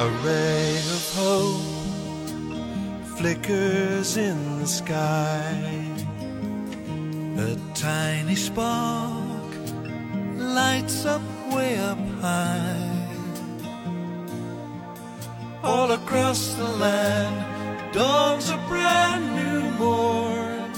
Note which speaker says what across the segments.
Speaker 1: A ray of hope flickers in the sky. A tiny spark lights up way up high. All across the land dawns a brand new morn.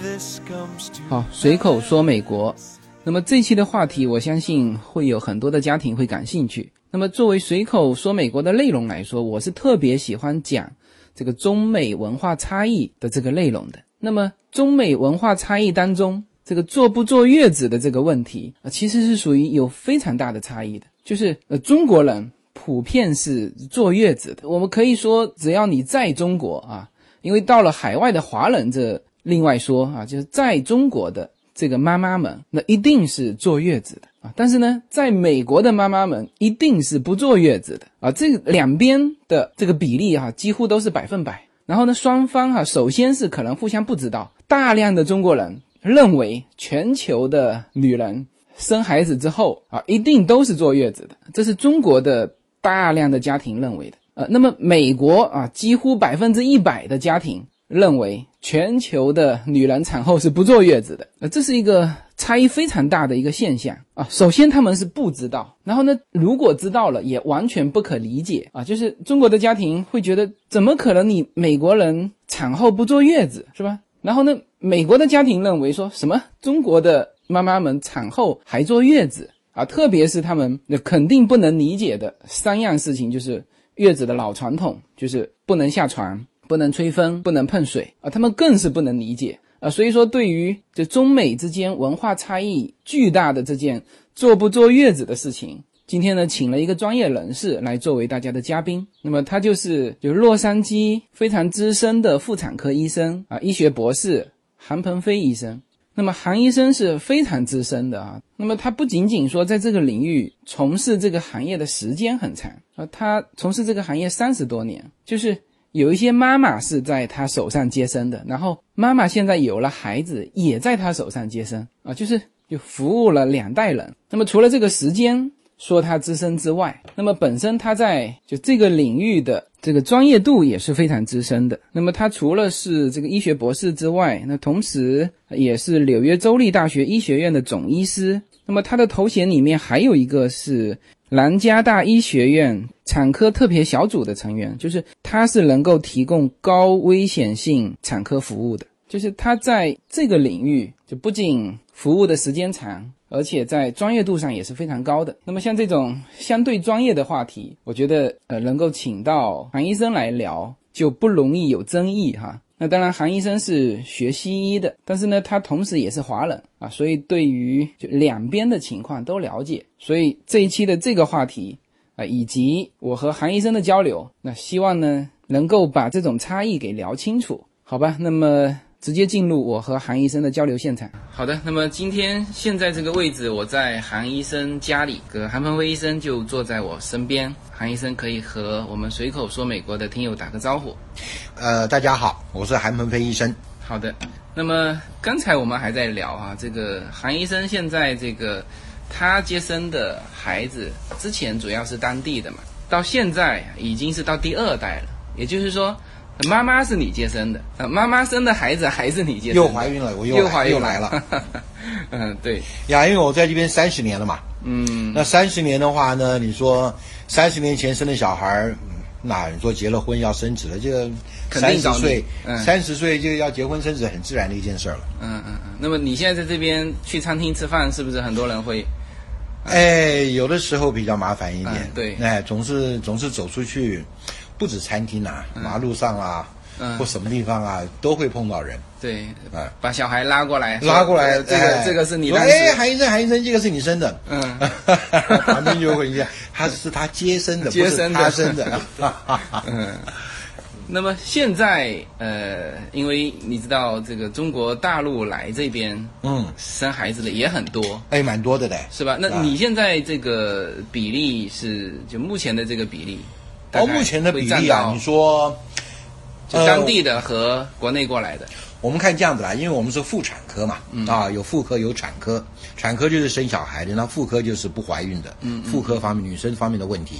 Speaker 1: This comes to
Speaker 2: 好，随口说美国。那么这期的话题，我相信会有很多的家庭会感兴趣。那么作为随口说美国的内容来说，我是特别喜欢讲这个中美文化差异的这个内容的。那么中美文化差异当中，这个坐不坐月子的这个问题啊、呃其实是属于有非常大的差异的。就是呃，中国人普遍是坐月子的。我们可以说，只要你在中国啊，因为到了海外的华人这另外说啊，就是在中国的这个妈妈们，那一定是坐月子的啊。但是呢，在美国的妈妈们一定是不坐月子的啊。这两边的这个比例哈、几乎都是百分百。然后呢，双方哈、首先是可能互相不知道，大量的中国人认为全球的女人生孩子之后啊，一定都是坐月子的，这是中国的大量的家庭认为的。呃，那么美国啊，几乎百分之一百的家庭认为全球的女人产后是不坐月子的，呃，这是一个差异非常大的一个现象啊。首先他们是不知道，然后呢，如果知道了，也完全不可理解啊。就是中国的家庭会觉得，怎么可能你美国人产后不坐月子是吧？然后呢，美国的家庭认为说什么中国的妈妈们产后还坐月子啊，特别是他们那肯定不能理解的三样事情，就是月子的老传统，就是不能下床、不能吹风、不能碰水啊，他们更是不能理解啊。所以说，对于这中美之间文化差异巨大的这件坐不坐月子的事情，今天呢，请了一个专业人士来作为大家的嘉宾。那么他就是就是洛杉矶非常资深的妇产科医生啊，医学博士韩鹏飞医生。那么韩医生是非常资深的啊。那么他不仅仅说在这个领域从事这个行业的时间很长啊，他从事这个行业三十多年，就是有一些妈妈是在他手上接生的，然后妈妈现在有了孩子，也在他手上接生啊，就是就服务了两代人。那么除了这个时间说他资深之外，那么本身他在就这个领域的这个专业度也是非常资深的。那么他除了是这个医学博士之外，那同时也是纽约州立大学医学院的总医师。那么他的头衔里面还有一个是南加大医学院产科特别小组的成员，就是他是能够提供高危险性产科服务的，就是他在这个领域就不仅服务的时间长，而且在专业度上也是非常高的。那么像这种相对专业的话题，我觉得呃能够请到韩医生来聊就不容易有争议哈。那当然，韩医生是学西医的，但是呢，他同时也是华人啊，所以对于就两边的情况都了解。所以这一期的这个话题啊，以及我和韩医生的交流，那希望呢能够把这种差异给聊清楚，好吧？那么直接进入我和韩医生的交流现场。好的，那么今天现在这个位置，我在韩医生家里，和韩鹏飞医生就坐在我身边。韩医生可以和我们随口说美国的听友打个招呼。
Speaker 3: 呃，大家好，我是韩鹏飞医生。
Speaker 2: 好的，那么刚才我们还在聊啊，这个韩医生现在这个他接生的孩子，之前主要是当地的嘛，到现在已经是到第二代了，也就是说，妈妈是你接生的，呃，妈妈生的孩子还是你接生的
Speaker 3: 又怀孕了，我又
Speaker 2: 又
Speaker 3: 来
Speaker 2: 怀孕
Speaker 3: 又来了
Speaker 2: 嗯，对，
Speaker 3: 呀，因为我在这边三十年了嘛。
Speaker 2: 嗯，
Speaker 3: 那三十年的话呢，你说三十年前生的小孩儿，嗯那你说结了婚要生子了，这个
Speaker 2: 肯
Speaker 3: 三
Speaker 2: 定
Speaker 3: 十
Speaker 2: 找你
Speaker 3: 岁
Speaker 2: 嗯，
Speaker 3: 三十、岁就要结婚生子，很自然的一件事儿了。
Speaker 2: 嗯嗯嗯。那么你现在在这边去餐厅吃饭，是不是很多人会？
Speaker 3: 哎，有的时候比较麻烦一点，
Speaker 2: 嗯对
Speaker 3: 哎，总是总是走出去，不止餐厅啊，马路上啊，
Speaker 2: 嗯
Speaker 3: 或什么地方啊，都会碰到人。
Speaker 2: 对，
Speaker 3: 哎
Speaker 2: 把小孩拉过来，说
Speaker 3: 拉过来，
Speaker 2: 呃 这个、
Speaker 3: 哎
Speaker 2: 这个是你
Speaker 3: 说
Speaker 2: 当时
Speaker 3: 哎，韩医生，韩医生，这个是你生的。
Speaker 2: 嗯
Speaker 3: 旁边就会一下，他是他接生的，
Speaker 2: 接生的
Speaker 3: 不是他 生的。
Speaker 2: 嗯，那么现在呃，因为你知道这个中国大陆来这边
Speaker 3: 嗯，
Speaker 2: 生孩子的也很多，
Speaker 3: 哎，蛮多的嘞。
Speaker 2: 是吧？那
Speaker 3: 啊
Speaker 2: 你现在这个比例是就目前的这个比例？大
Speaker 3: 哦，
Speaker 2: 概
Speaker 3: 目前的
Speaker 2: 会
Speaker 3: 比
Speaker 2: 占
Speaker 3: 例
Speaker 2: 到
Speaker 3: 啊，你说，
Speaker 2: 就当地的和国内过来的，
Speaker 3: 我们看这样子啦，因为我们是妇产科嘛，
Speaker 2: 嗯
Speaker 3: 啊，有妇科有产科，
Speaker 2: 嗯
Speaker 3: 产科就是生小孩的，那妇科就是不怀孕的，妇科方面女生方面的问题。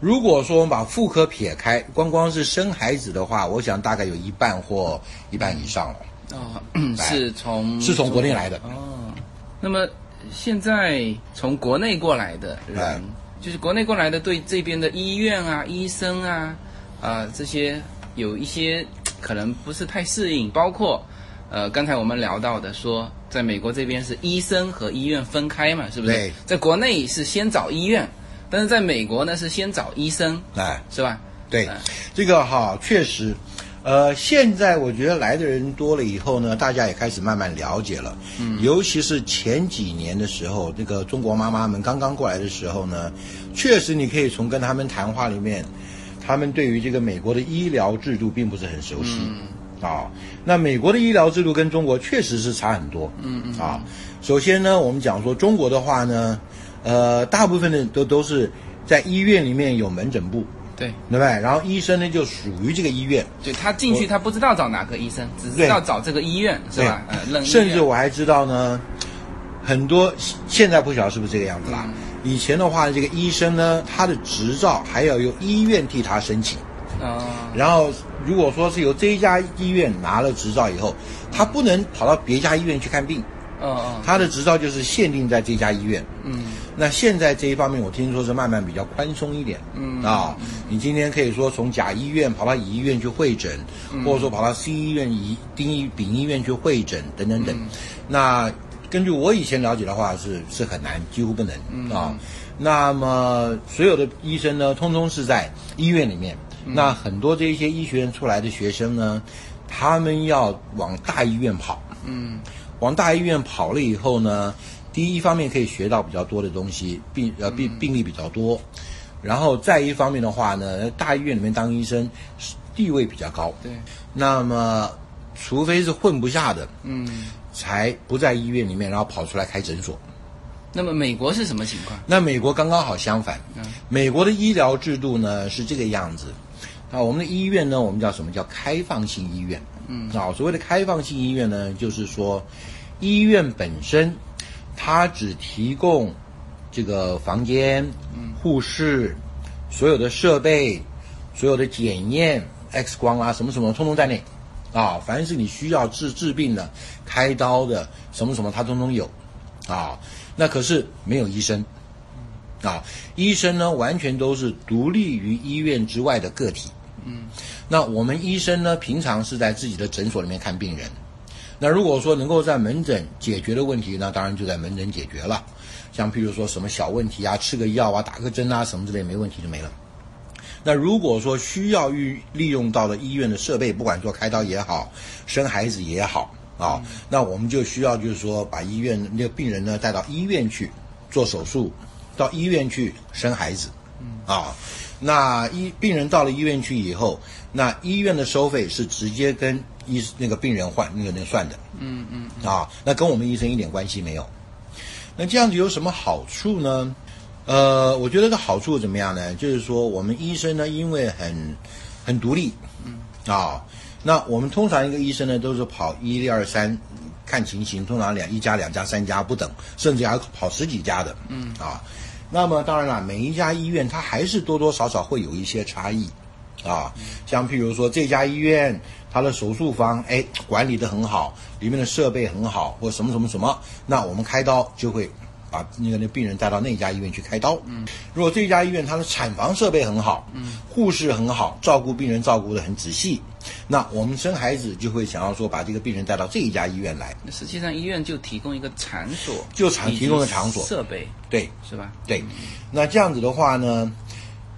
Speaker 3: 如果说我们把妇科撇开，光光是生孩子的话，我想大概有一半或一半以上了，
Speaker 2: 哦，是从
Speaker 3: 是从国内来的。
Speaker 2: 哦，那么现在从国内过来的人，
Speaker 3: 哎
Speaker 2: 就是国内过来的，对这边的医院啊、医生啊啊、这些有一些可能不是太适应，包括呃刚才我们聊到的说，在美国这边是医生和医院分开嘛，是不是
Speaker 3: 对？
Speaker 2: 在国内是先找医院，但是在美国呢是先找医生，
Speaker 3: 哎，
Speaker 2: 是吧？
Speaker 3: 对
Speaker 2: 哎，
Speaker 3: 这个哈确实，呃，现在我觉得来的人多了以后呢，大家也开始慢慢了解了。嗯，尤其是前几年的时候，那个中国妈妈们刚刚过来的时候呢，确实你可以从跟他们谈话里面，他们对于这个美国的医疗制度并不是很熟悉。啊，那美国的医疗制度跟中国确实是差很多。嗯嗯。啊，首先呢，我们讲说中国的话呢，呃，大部分的都都是在医院里面有门诊部。
Speaker 2: 对，
Speaker 3: 对不对？然后医生呢就属于这个医院，
Speaker 2: 对他进去他不知道找哪个医生，只知
Speaker 3: 哎对
Speaker 2: 道找这个医院，是吧？呃，愣医
Speaker 3: 甚
Speaker 2: 院
Speaker 3: 至我还知道呢，很多现在不晓得是不是这个样子
Speaker 2: 嗯
Speaker 3: 啦。以前的话，这个医生呢，他的执照还要由医院替他申请，
Speaker 2: 啊、
Speaker 3: 然后如果说是由这一家医院拿了执照以后，他不能跑到别家医院去看病，
Speaker 2: 哦哦，
Speaker 3: 他的执照就是限定在这家医院。
Speaker 2: 嗯，
Speaker 3: 那现在这一方面，我听说是慢慢比较宽松一点。嗯啊，你今天可以说从甲医院跑到乙医院去会诊，或者说跑到 C 医院、乙、丁医、丙医院去会诊等等等。那根据我以前了解的话，是是很难，几乎不能、啊。那么所有的医生呢，通通是在医院里面。那很多这一些医学院出来的学生呢，他们要往大医院跑。
Speaker 2: 嗯，
Speaker 3: 往大医院跑了以后呢，第一方面可以学到比较多的东西，病呃病病例比较多，然后再一方面的话呢，大医院里面当医生是地位比较高，
Speaker 2: 对，
Speaker 3: 那么除非是混不下的，
Speaker 2: 嗯，
Speaker 3: 才不在医院里面，然后跑出来开诊所。
Speaker 2: 那么美国是什么情况？
Speaker 3: 嗯那美国刚刚好相反
Speaker 2: 嗯，
Speaker 3: 美国的医疗制度呢是这个样子。啊，我们的医院呢，我们叫什么叫开放性医院？嗯，啊，所谓的开放性医院呢，就是说，医院本身它只提供这个房间、护士、所有的设备、所有的检验、X 光啊，什么什么，通通在内。啊，凡是你需要治治病的、开刀的，什么什么，它通通有。啊，那可是没有医生。啊，医生呢完全都是独立于医院之外的个体。嗯，那我们医生呢，平常是在自己的诊所里面看病人。那如果说能够在门诊解决的问题，那当然就在门诊解决了。像譬如说什么小问题啊，吃个药啊，打个针啊，什么之类，没问题就没了。那如果说需要运利用到的医院的设备，不管说开刀也好，生孩子也好啊，那我们就需要就是说把医院那个病人呢带到医院去做手术，到医院去生孩子，啊，那医病人到了医院去以后，那医院的收费是直接跟医那个病人换那个那个算的，嗯嗯，啊，那跟我们医生一点关系没有。那这样子有什么好处呢？呃，我觉得这好处怎么样呢？就是说，我们医生呢，因为很很独立，嗯，啊，那我们通常一个医生呢，都是跑一六二三，看情形，通常两一家、两家、三家不等，甚至还要跑十几家的，嗯，啊，那么当然了，每一家医院它还是多多少少会有一些差异，啊，像譬如说这家医院它的手术房，哎，管理的很好，里面的设备很好，或什么什么什么，那我们开刀就会把那个那病人带到那家医院去开刀。嗯，如果这家医院它的产房设备很好，嗯，护士很好，照顾病人照顾的很仔细，那我们生孩子就会想要说把这个病人带到这一家医院来，
Speaker 2: 那实际上医院就提供一个场所，
Speaker 3: 就场提供的场所
Speaker 2: 以及设备
Speaker 3: 对。
Speaker 2: 是吧？
Speaker 3: 对，那这样子的话呢，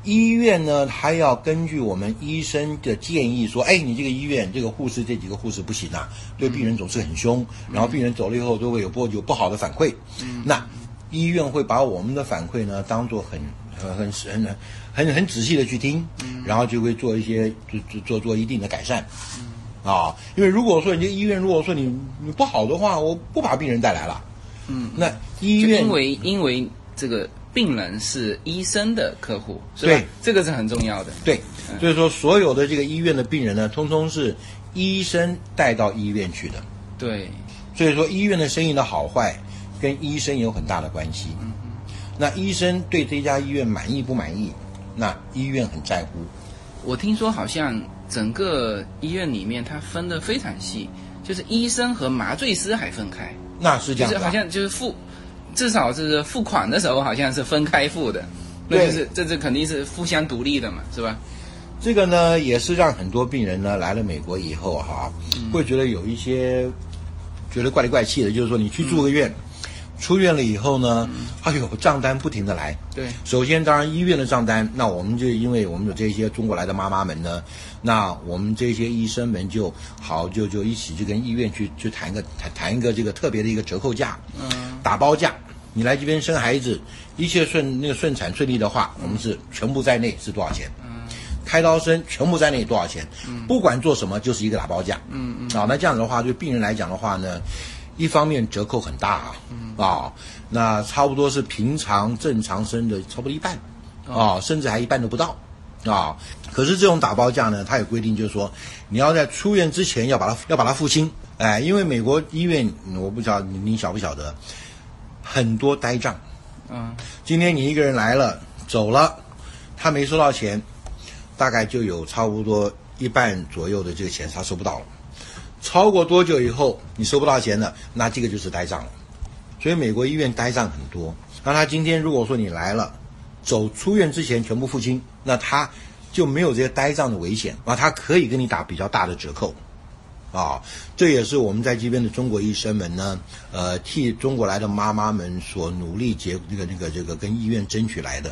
Speaker 3: 医院呢，它要根据我们医生的建议说，哎，你这个医院这个护士这几个护士不行啊，对病人总是很凶，然后病人走了以后都会有不有不好的反馈，那医院会把我们的反馈呢当做很很很很很很仔细的去听，然后就会做一些做做做做一定的改善。啊，因为如果说你这个医院如果说你你不好的话，我不把病人带来了，嗯，那医
Speaker 2: 就
Speaker 3: 院
Speaker 2: 因为因为这个病人是医生的客户，是吧
Speaker 3: 对？
Speaker 2: 这个是很重要的。
Speaker 3: 对，所以说所有的这个医院的病人呢，通通是医生带到医院去的。
Speaker 2: 对，
Speaker 3: 所以说医院的生意的好坏，
Speaker 2: 嗯
Speaker 3: 跟医生有很大的关系。那医生对这家医院满意不满意，那医院很在乎。
Speaker 2: 我听说好像整个医院里面它分得非常细，就是医生和麻醉师还分开，
Speaker 3: 那是这
Speaker 2: 就
Speaker 3: 样
Speaker 2: 是
Speaker 3: 的啊、
Speaker 2: 好像就是付，至少是付款的时候好像是分开付的，那
Speaker 3: 对
Speaker 2: 就是这这肯定是互相独立的嘛，是吧？
Speaker 3: 这个呢，也是让很多病人呢来了美国以后哈、
Speaker 2: 嗯
Speaker 3: 会觉得有一些觉得怪里怪气的，就是说你去住个
Speaker 2: 嗯
Speaker 3: 院，出院了以后呢，哎呦，账单不停的来。
Speaker 2: 对，
Speaker 3: 首先，当然医院的账单，那我们就因为我们有这些中国来的妈妈们呢，那我们这些医生们就好就就一起就跟医院去去谈个谈谈一个这个特别的一个折扣价，嗯，打包价。你来这边生孩子，一切顺那个顺产顺利的话，我们是全部在内是多少钱？开刀声全部在内多少钱？不管做什么，就是一个打包价。嗯嗯。啊，那这样子的话，对病人来讲的话呢，一方面折扣很大啊，啊，那差不多是平常正常生的差不多一半，啊，甚至还一半都不到。啊，可是这种打包价呢，它有规定，就是说你要在出院之前要把它要把它付清，哎，因为美国医院嗯我不知道你你晓不晓得，很多呆账，
Speaker 2: 嗯，
Speaker 3: 今天你一个人来了，走了，他没收到钱，大概就有差不多一半左右的这个钱他收不到了。超过多久以后你收不到钱了，那这个就是呆账了。所以美国医院呆账很多。那他今天如果说你来了，走出院之前全部付清，那他就没有这些呆账的危险啊，他可以跟你打比较大的折扣。啊，这也是我们在这边的中国医生们呢，呃，替中国来的妈妈们所努力结那个那个这个跟医院争取来的，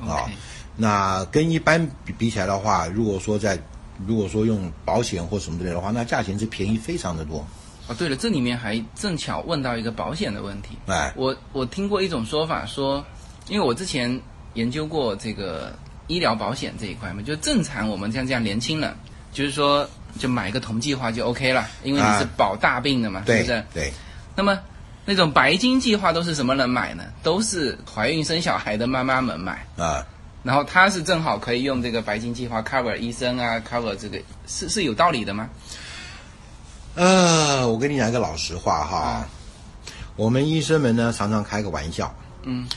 Speaker 3: 啊
Speaker 2: OK
Speaker 3: 那跟一般比比起来的话，如果说在如果说用保险或什么之类的话，那价钱是便宜非常的多，
Speaker 2: 哦，对了，这里面还正巧问到一个保险的问题。
Speaker 3: 哎，
Speaker 2: 我我听过一种说法说，因为我之前研究过这个医疗保险这一块嘛，就正常我们像这样年轻人，就是说就买一个同计划就 OK 了，因为你是
Speaker 3: 啊
Speaker 2: 保大病的嘛，是
Speaker 3: 对
Speaker 2: 不是？
Speaker 3: 对，
Speaker 2: 那么那种白金计划都是什么人买呢？都是怀孕生小孩的妈妈们买，
Speaker 3: 啊，
Speaker 2: 然后她是正好可以用这个白金计划 cover 医生啊，cover 这个是是有道理的吗？
Speaker 3: 呃，我跟你讲一个老实话
Speaker 2: 啊
Speaker 3: 哈，我们医生们呢常常开个玩笑，
Speaker 2: 嗯，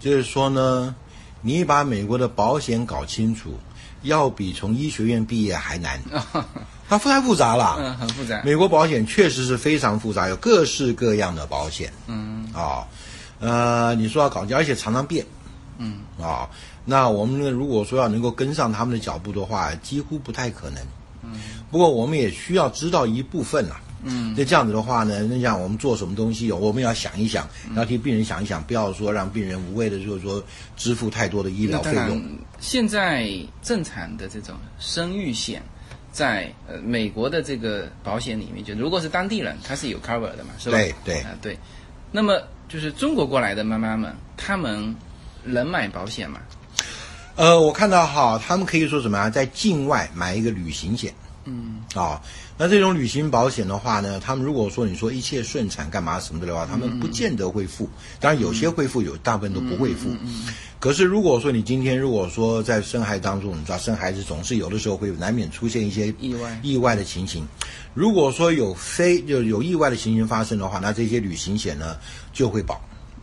Speaker 3: 就是说呢，你把美国的保险搞清楚，要比从医学院毕业还 难，它太复杂了。
Speaker 2: 嗯，很复杂。
Speaker 3: 美国保险确实是非常复杂，有各式各样的保险。嗯，啊、呃，你说要搞定，而且常常变。嗯，啊、那我们呢如果说要能够跟上他们的脚步的话，几乎不太可能。嗯，不过我们也需要知道一部分啊。嗯，那这样子的话呢，那像我们做什么东西，我们要想一想，要替病人想一想，不要说让病人无谓的，就是说支付太多的医疗
Speaker 2: 那
Speaker 3: 费
Speaker 2: 当
Speaker 3: 用。
Speaker 2: 然，现在正常的这种生育险，在呃美国的这个保险里面，就如果是当地人，他是有 cover 的嘛，是吧？
Speaker 3: 对对
Speaker 2: 啊、对。那么就是中国过来的妈妈们，他们能买保险吗？
Speaker 3: 呃，我看到哈，他们可以说什么啊，在境外买一个旅行险。嗯。啊、那这种旅行保险的话呢，他们如果说你说一切顺产干嘛什么的啊
Speaker 2: 嗯
Speaker 3: 话，他们不见得会付。当然有些会付，有大部分都不会付。
Speaker 2: 嗯
Speaker 3: 可是如果说你今天如果说在生孩子当中，你知道生孩子总是有的时候会难免出现一些
Speaker 2: 意外
Speaker 3: 意外的情形。如果说有非就有意外的情形发生的话，那这些旅行险呢就会保。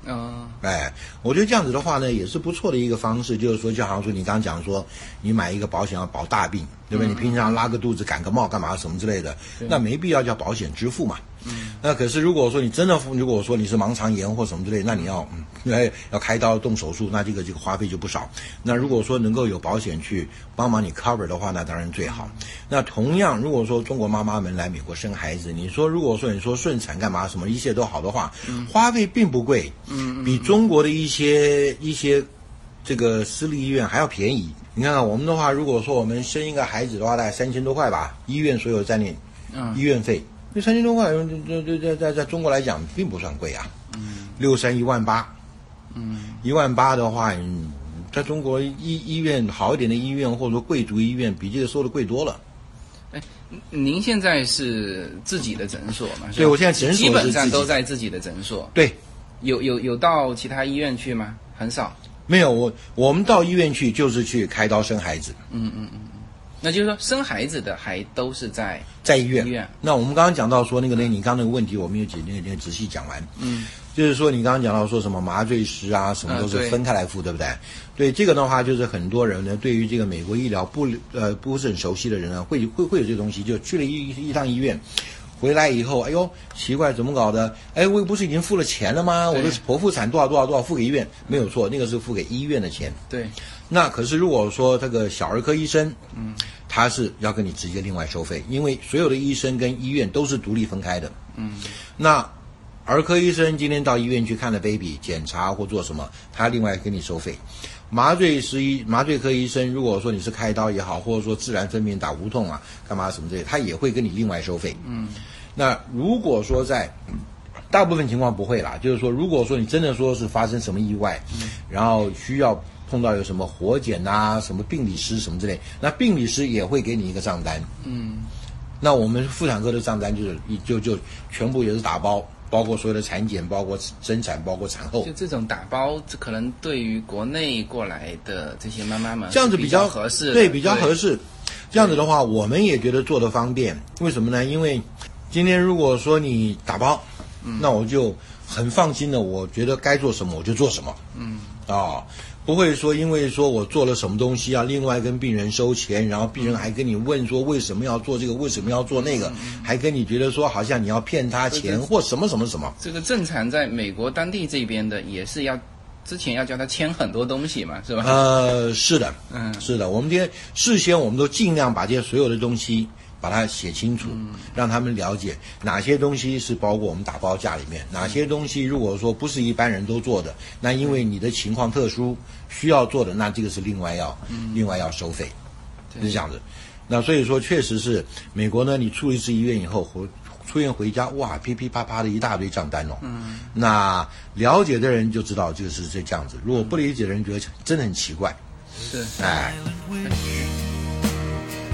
Speaker 2: 嗯、
Speaker 3: 哎，我觉得这样子的话呢，也是不错的一个方式，就是说，就好像说你刚刚讲说，你买一个保险要保大病，对不对？你平常拉个肚子、感个冒干嘛什么之类的，那没必要叫保险支付嘛。嗯。那可是如果说你真的，如果说你是盲肠炎或什么之类，那你要嗯，哎要开刀动手术，那这个这个花费就不少。那如果说能够有保险去帮忙你 cover 的话，那当然最好。那同样，如果说中国妈妈们来美国生孩子，你说如果说你说顺产干嘛什么一切都好的话，花费并不贵，嗯，比中国的一些一些这个私立医院还要便宜。你看看我们的话，如果说我们生一个孩子的话，大概三千多块吧，医院所有在内，
Speaker 2: 嗯
Speaker 3: 医院费，那三千多块，这这这在在中国来讲并不算贵啊，嗯，六三一万八，嗯，一万八的话，嗯在中国医医院好一点的医院或者说贵族医院，比这个收的贵多了。
Speaker 2: 您现在是自己的诊所嘛？是吧
Speaker 3: 对我现在诊所是
Speaker 2: 基本上
Speaker 3: 自己
Speaker 2: 都在自己的诊所，
Speaker 3: 对，
Speaker 2: 有有有到其他医院去吗？很少。
Speaker 3: 没有我我们到医院去就是去开刀生孩子，
Speaker 2: 那就是说，生孩子的还都是在
Speaker 3: 在医院。
Speaker 2: 医院
Speaker 3: 那我们刚刚讲到说那个呢，你刚刚那个问题，我们有解那个那个仔细讲完。嗯，就是说你刚刚讲到说什么麻醉师啊，什么都
Speaker 2: 啊
Speaker 3: 是
Speaker 2: 对
Speaker 3: 分开来付，对不对？对这个的话，就是很多人呢，对于这个美国医疗不呃不是很熟悉的人呢，会会会有这个东西，就去了一一趟医院。回来以后，哎呦，奇怪，怎么搞的？哎，我不是已经付了钱了吗？我
Speaker 2: 对
Speaker 3: 的剖腹产多少多少多少付给医院，没有错，那个是付给医院的钱。
Speaker 2: 对，
Speaker 3: 那可是如果说这个小儿科医生，嗯，他是要跟你直接另外收费，因为所有的医生跟医院都是独立分开的，嗯，那儿科医生今天到医院去看了 baby 检查或做什么，他另外给你收费。麻醉师医麻醉科医生，如果说你是开刀也好，或者说自然分娩打无痛啊，干嘛什么之类，他也会跟你另外收费。嗯，那如果说在大部分情况不会啦，就是说，如果说你真的说是发生什么意外，然后需要碰到有什么活检呐、什么病理师什么之类，那病理师也会给你一个账单。嗯，那我们妇产科的账单就是一就就全部也是打包，包括所有的产检，包括生产，包括产后
Speaker 2: 就。这种打包，这可能对于国内过来的这些妈妈们，
Speaker 3: 这样子
Speaker 2: 比
Speaker 3: 较
Speaker 2: 合适的，
Speaker 3: 对，比较合适。这样子的话，我们也觉得做的方便。为什么呢？因为今天如果说你打包，
Speaker 2: 嗯
Speaker 3: 那我就很放心的，我觉得该做什么我就做什么。嗯，啊、不会说因为说我做了什么东西啊，另外跟病人收钱，然后病
Speaker 2: 嗯
Speaker 3: 人还跟你问说为什么要做这个，为什么要做那个，
Speaker 2: 嗯
Speaker 3: 还跟你觉得说好像你要骗他钱或什么什么什么。
Speaker 2: 这个正常在美国当地这边的也是要之前要叫他签很多东西嘛，是吧？
Speaker 3: 呃，是的，
Speaker 2: 嗯
Speaker 3: 是的，我们今天事先我们都尽量把这些所有的东西把它写清楚，让他们了解哪些东西是包括我们打包价里面，哪些东西如果说不是一般人都做的，那因为你的情况特殊需要做的，那这个是另外要、另外要收费，是这样子。那所以说，确实是美国呢，你出一次医院以后回出院回家，哇，噼噼啪啪的一大堆账单哦。嗯。那了解的人就知道这个是这这样子，如果不理解的人觉得真的很奇怪，
Speaker 2: 是，
Speaker 3: 哎。
Speaker 1: island which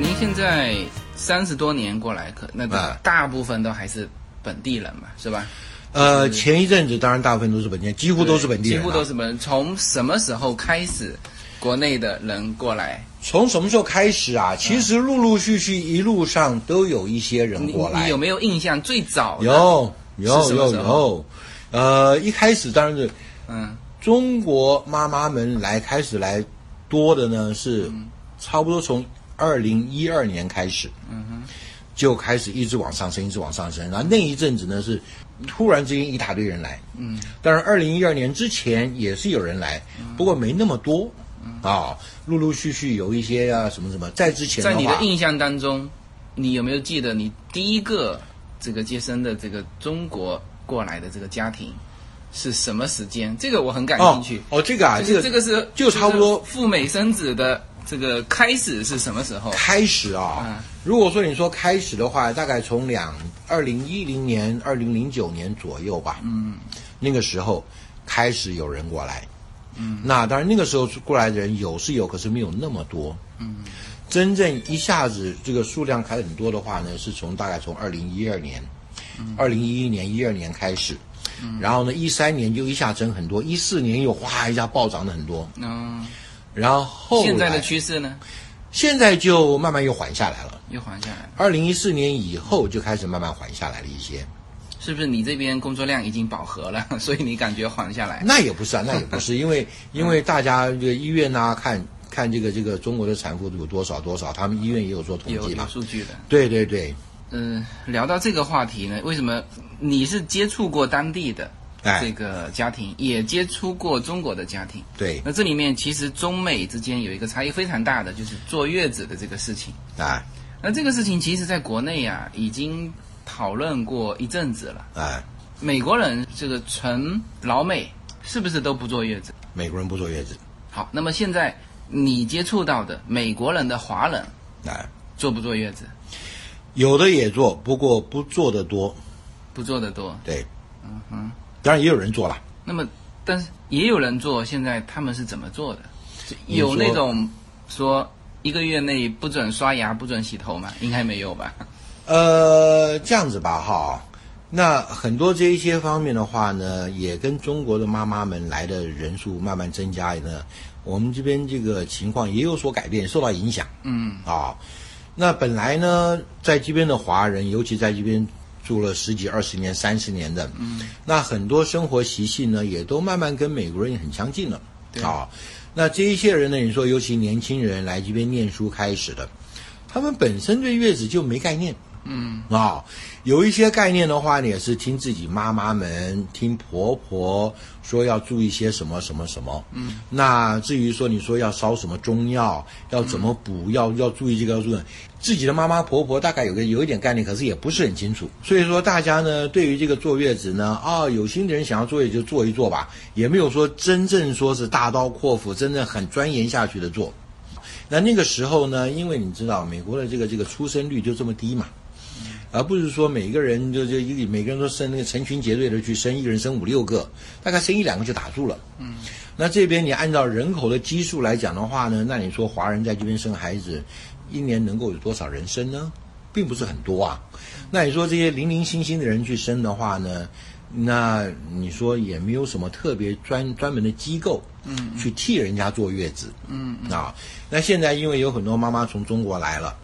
Speaker 2: 您现在三十多年过来，可那个
Speaker 3: 啊
Speaker 2: 大部分都还是本地人嘛，是吧？
Speaker 3: 呃，前一阵子当然大部分都是本地人，几乎都是本地人、啊
Speaker 2: 几乎都。是本地人。从什么时候开始，国内的人过来？
Speaker 3: 从什么时候开始啊？其实陆陆续续一路上都有一些人
Speaker 2: 你
Speaker 3: 过来。
Speaker 2: 你有没有印象最早的？
Speaker 3: 有
Speaker 2: 是
Speaker 3: 有
Speaker 2: 什么
Speaker 3: 有
Speaker 2: 时候
Speaker 3: 有，呃，一开始当然是
Speaker 2: 嗯，
Speaker 3: 中国妈妈们来开始来多的呢是差不多从二零一二年开始，嗯就开始一直往上升，一直往上升。然后那一阵子呢是突然之间一大堆人来，嗯，当然二零一二年之前也是有人来，不过没那么多。啊、陆陆续续有一些啊，什么什么，在之前
Speaker 2: 在
Speaker 3: 话
Speaker 2: 你的印象当中，你有没有记得你第一个这个接生的这个中国过来的这个家庭是什么时间？这个我很感兴趣。
Speaker 3: 哦哦，这个啊，
Speaker 2: 就是
Speaker 3: 这个
Speaker 2: 这个是
Speaker 3: 就差不多
Speaker 2: 就是赴美生子的这个开始是什么时候？
Speaker 3: 开始啊、
Speaker 2: 嗯
Speaker 3: 如果说你说开始的话，大概从两二零一零年、二零零九年左右吧，嗯，那个时候开始有人过来，嗯，那当然那个时候过来的人有是有，可是没有那么多，嗯，真正一下子这个数量开很多的话呢，是从大概从二零一二年，
Speaker 2: 嗯
Speaker 3: 二零一一年、一二年开始。然后呢，一三年就一下增很多，一四年又哗一下暴涨了很多，
Speaker 2: 嗯，
Speaker 3: 然后后
Speaker 2: 现在
Speaker 3: 来
Speaker 2: 的趋势呢
Speaker 3: 现在就慢慢又缓下来了。
Speaker 2: 又缓下来了，
Speaker 3: 二零一四年以后就开始慢慢缓下来了一些，
Speaker 2: 是不是你这边工作量已经饱和了， 所以你感觉缓下来？
Speaker 3: 那也不是啊，那 也不是，因为因为大家这个医院呐、看看这个这个中国的产妇有多少多少，他们医院也有做统
Speaker 2: 有
Speaker 3: 嗯计
Speaker 2: 有
Speaker 3: 嘛，
Speaker 2: 数据的，
Speaker 3: 对对对，
Speaker 2: 嗯、聊到这个话题呢，为什么你是接触过当地的
Speaker 3: 哎
Speaker 2: 这个家庭，也接触过中国的家庭？
Speaker 3: 对
Speaker 2: 那这里面其实中美之间有一个差异非常大的，就是坐月子的这个事情。
Speaker 3: 啊
Speaker 2: 那这个事情其实在国内啊已经讨论过一阵子了。
Speaker 3: 啊，
Speaker 2: 美国人这个纯老美是不是都不坐月子？
Speaker 3: 美国人不坐月子
Speaker 2: 好，那么现在你接触到的美国人的华人
Speaker 3: 啊，
Speaker 2: 坐不坐月子？
Speaker 3: 有的也做，不过不做的多。
Speaker 2: 不坐的多。
Speaker 3: 对，嗯哼，当然也有人做了。
Speaker 2: 那么，但是也有人做，现在他们是怎么做的？
Speaker 3: 你
Speaker 2: 有那
Speaker 3: 说
Speaker 2: 种说一个月内不准刷牙、不准洗头吗？应该没有吧？
Speaker 3: 呃，这样子吧，哈，那很多这一些方面的话呢，也跟中国的妈妈们来的人数慢慢增加呢，我们这边这个情况也有所改变，受到影响。嗯，啊，那本来呢，在这边的华人，尤其在这边住了十几、二十年、三十年的，嗯，那很多生活习性呢，也都慢慢跟美国人很相近了。
Speaker 2: 对
Speaker 3: 啊，那这一些人呢，你说尤其年轻人来这边念书开始的，他们本身对月子就没概念。嗯啊、有一些概念的话呢，也是听自己妈妈们、听婆婆说要注意些什么什么什么。嗯，那至于说你说要烧什么中药，要怎么补，要要注意这个要注意，自己的妈妈婆婆大概有个有一点概念，可是也不是很清楚。所以说大家呢，对于这个坐月子呢，啊、有心的人想要坐也就坐一坐吧，也没有说真正说是大刀阔斧，真正很钻研下去的做。那那个时候呢，因为你知道美国的这个这个出生率就这么低嘛，而不是说每一个人就就一每个人都生那个成群结队的去生，一个人生五六个，大概生一两个就打住了。嗯，那这边你按照人口的基数来讲的话呢，那你说华人在这边生孩子，一年能够有多少人生呢？并不是很多啊。那你说这些零零星星的人去生的话呢，那你说也没有什么特别专专门的机构，嗯，去替人家坐月子，嗯啊。那现在因为有很多妈妈从中国来了。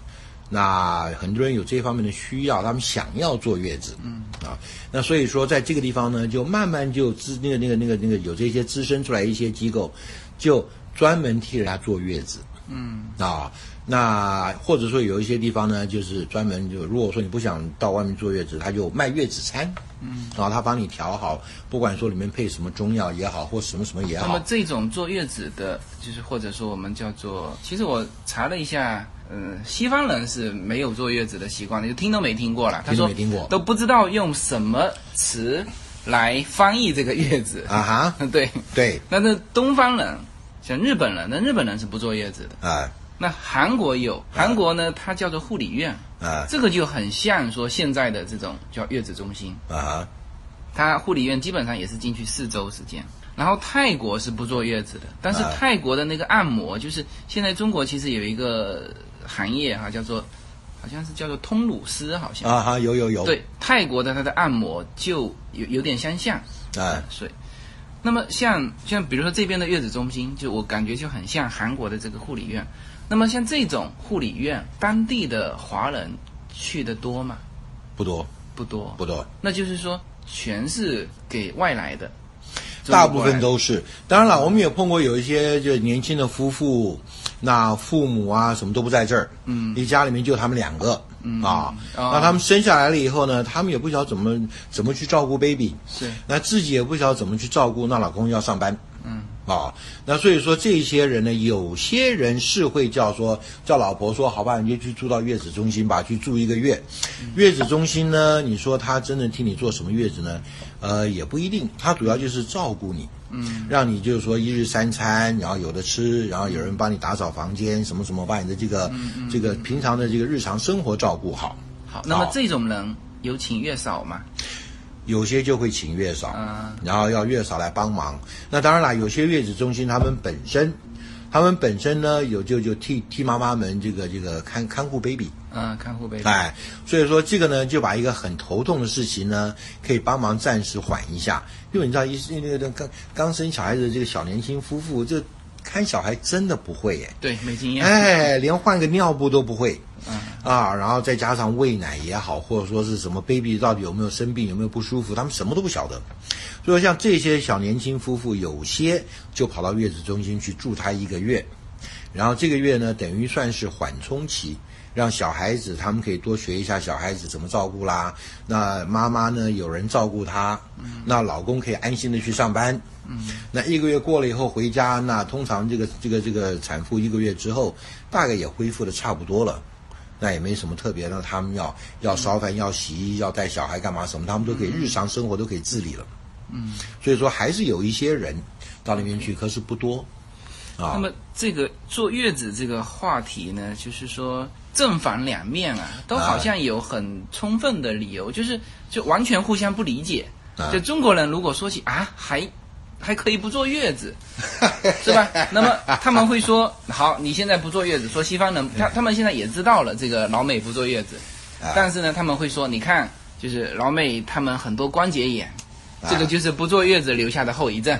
Speaker 3: 那很多人有这方面的需要，他们想要坐月子，嗯啊，那所以说在这个地方呢，就慢慢就滋那个那个那个那个有这些滋生出来一些机构，就专门替人家坐月子，嗯啊，那或者说有一些地方呢，就是专门就如果说你不想到外面坐月子，他就卖月子餐，嗯，然后他帮你调好，不管说里面配什么中药也好，或什么什么也
Speaker 2: 那么
Speaker 3: 好，
Speaker 2: 这种坐月子的，就是或者说我们叫做，其实我查了一下，嗯、西方人是没有坐月子的习惯的，就听都没听过了。他
Speaker 3: 听都
Speaker 2: 说
Speaker 3: 没听过
Speaker 2: 都不知道用什么词来翻译这个月子
Speaker 3: 啊。哈，
Speaker 2: 对，
Speaker 3: 对
Speaker 2: 那那东方人，像日本人，那日本人是不坐月子的。
Speaker 3: 啊
Speaker 2: 那韩国有，韩国呢，它叫做护理院，
Speaker 3: 啊
Speaker 2: 这个就很像说现在的这种叫月子中心，
Speaker 3: 啊哈
Speaker 2: 它护理院基本上也是进去四周时间。然后泰国是不坐月子的，但是
Speaker 3: 啊
Speaker 2: 泰国的那个按摩，就是现在中国其实有一个行业哈、叫做好像是叫做通乳师，好像、
Speaker 3: 啊哈，有有有，
Speaker 2: 对泰国的它的按摩就有有点相像，
Speaker 3: 啊
Speaker 2: 所以，那么像像比如说这边的月子中心，就我感觉就很像韩国的这个护理院。那么像这种护理院，当地的华人去的多吗？
Speaker 3: 不多
Speaker 2: 不多，
Speaker 3: 不多。
Speaker 2: 那就是说全是给外来的，
Speaker 3: 大
Speaker 2: 中
Speaker 3: 部
Speaker 2: 国过来
Speaker 3: 分
Speaker 2: 的
Speaker 3: 都是。当然了，我们也碰过有一些就年轻的夫妇，那父母啊什么都不在这儿，嗯，一家里面就他们两个，嗯啊，
Speaker 2: 啊
Speaker 3: 那他们生下来了以后呢，他们也不晓得怎么怎么去照顾 baby，
Speaker 2: 是
Speaker 3: 那自己也不晓得怎么去照顾，那老公要上班，嗯啊，那所以说这些人呢，有些人是会叫说叫老婆说，好吧，你就去住到月子中心吧，去住一个月。月子中心呢，你说他真的替你做什么月子呢？呃，也不一定，他主要就是照顾你，嗯，让你就是说一日三餐，然后有的吃，然后有人帮你打扫房间，什么什么，把你的这个、这个平常的这个日常生活照顾好。
Speaker 2: 好，那么
Speaker 3: 好
Speaker 2: 这种人有请月嫂吗？
Speaker 3: 有些就会请月嫂，
Speaker 2: 啊
Speaker 3: 然后要月嫂来帮忙。那当然啦，有些月子中心他们本身，他们本身呢有就就替替妈妈们这个这个看看护 baby，
Speaker 2: 嗯、看护 baby。
Speaker 3: 哎，所以说这个呢就把一个很头痛的事情呢可以帮忙暂时缓一下，因为你知道一那个那个刚刚生小孩子的这个小年轻夫妇，这看小孩真的不会耶。
Speaker 2: 对，没经验。
Speaker 3: 哎，连换个尿布都不会。啊，然后再加上喂奶也好，或者说是什么 baby 到底有没有生病，有没有不舒服，他们什么都不晓得。所以说像这些小年轻夫妇，有些就跑到月子中心去住他一个月，然后这个月呢，等于算是缓冲期，让小孩子他们可以多学一下小孩子怎么照顾啦。那妈妈呢，有人照顾她，那老公可以安心的去上班。嗯，那一个月过了以后回家，那通常这个这个这个产妇一个月之后，大概也恢复的差不多了。那也没什么特别的，他们要要烧
Speaker 2: 嗯
Speaker 3: 饭、要洗衣、要带小孩干嘛什么，他们都可以日常生活都可以自理了。嗯，所以说还是有一些人到那边去，可是不多啊
Speaker 2: 那。么这个坐月子这个话题呢，就是说正反两面啊，都好像有很充分的理由，就是就完全互相不理解。
Speaker 3: 啊
Speaker 2: 就中国人如果说起啊，还还可以不坐月子，是 吧？那么他们会说，好，你现在不坐月子，说西方人，他他们现在也知道了这个老美不坐月子，
Speaker 3: 啊
Speaker 2: 但是呢，他们会说，你看，就是老美他们很多关节炎，这个就是不坐月子留下的后遗症。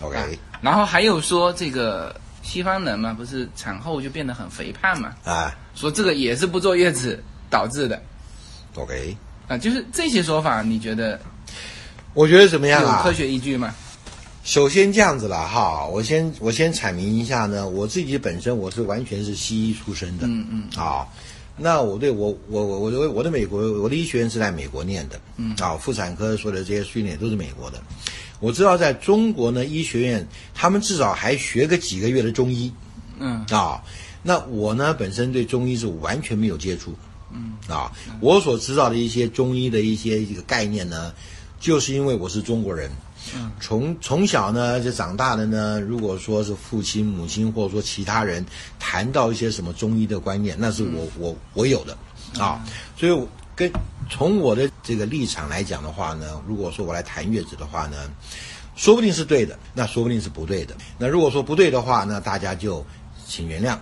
Speaker 3: OK，、
Speaker 2: 然后还有说这个西方人嘛，不是产后就变得很肥胖嘛，
Speaker 3: 啊
Speaker 2: 说这个也是不坐月子导致的
Speaker 3: ，OK，
Speaker 2: 啊、就是这些说法，你觉得
Speaker 3: 我觉得怎么样
Speaker 2: 有
Speaker 3: 啊
Speaker 2: 科？学依据吗？
Speaker 3: 首先这样子了哈，我先我先阐明一下呢，我自己本身我是完全是西医出身的，嗯嗯，啊，那我对我我我我的我的美国我的医学院是在美国念的，嗯，啊，妇产科所有的这些训练都是美国的，我知道在中国呢，医学院他们至少还学个几个月的中医，
Speaker 2: 嗯
Speaker 3: 啊，那我呢本身对中医是完全没有接触，嗯啊，我所知道的一些中医的一些一个概念呢，就是因为我是中国人，嗯，从从小呢就长大的呢，如果说是父亲、母亲或者说其他人谈到一些什么中医的观念，那是我、我我有的啊，所以我跟从我的这个立场来讲的话呢，如果说我来谈月子的话呢。说不定是对的，那说不定是不对的。那如果说不对的话，那大家就请原谅。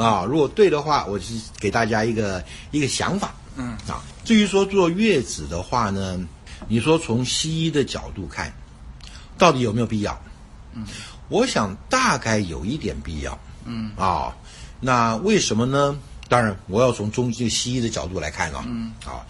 Speaker 3: 啊，如果对的话，我是给大家一个一个想法。
Speaker 2: 嗯
Speaker 3: 啊，至于说坐月子的话呢，你说从西医的角度看，到底有没有必要？嗯，我想大概有一点必要。嗯啊，那为什么呢？当然，我要从中这个西医的角度来看啊。嗯啊，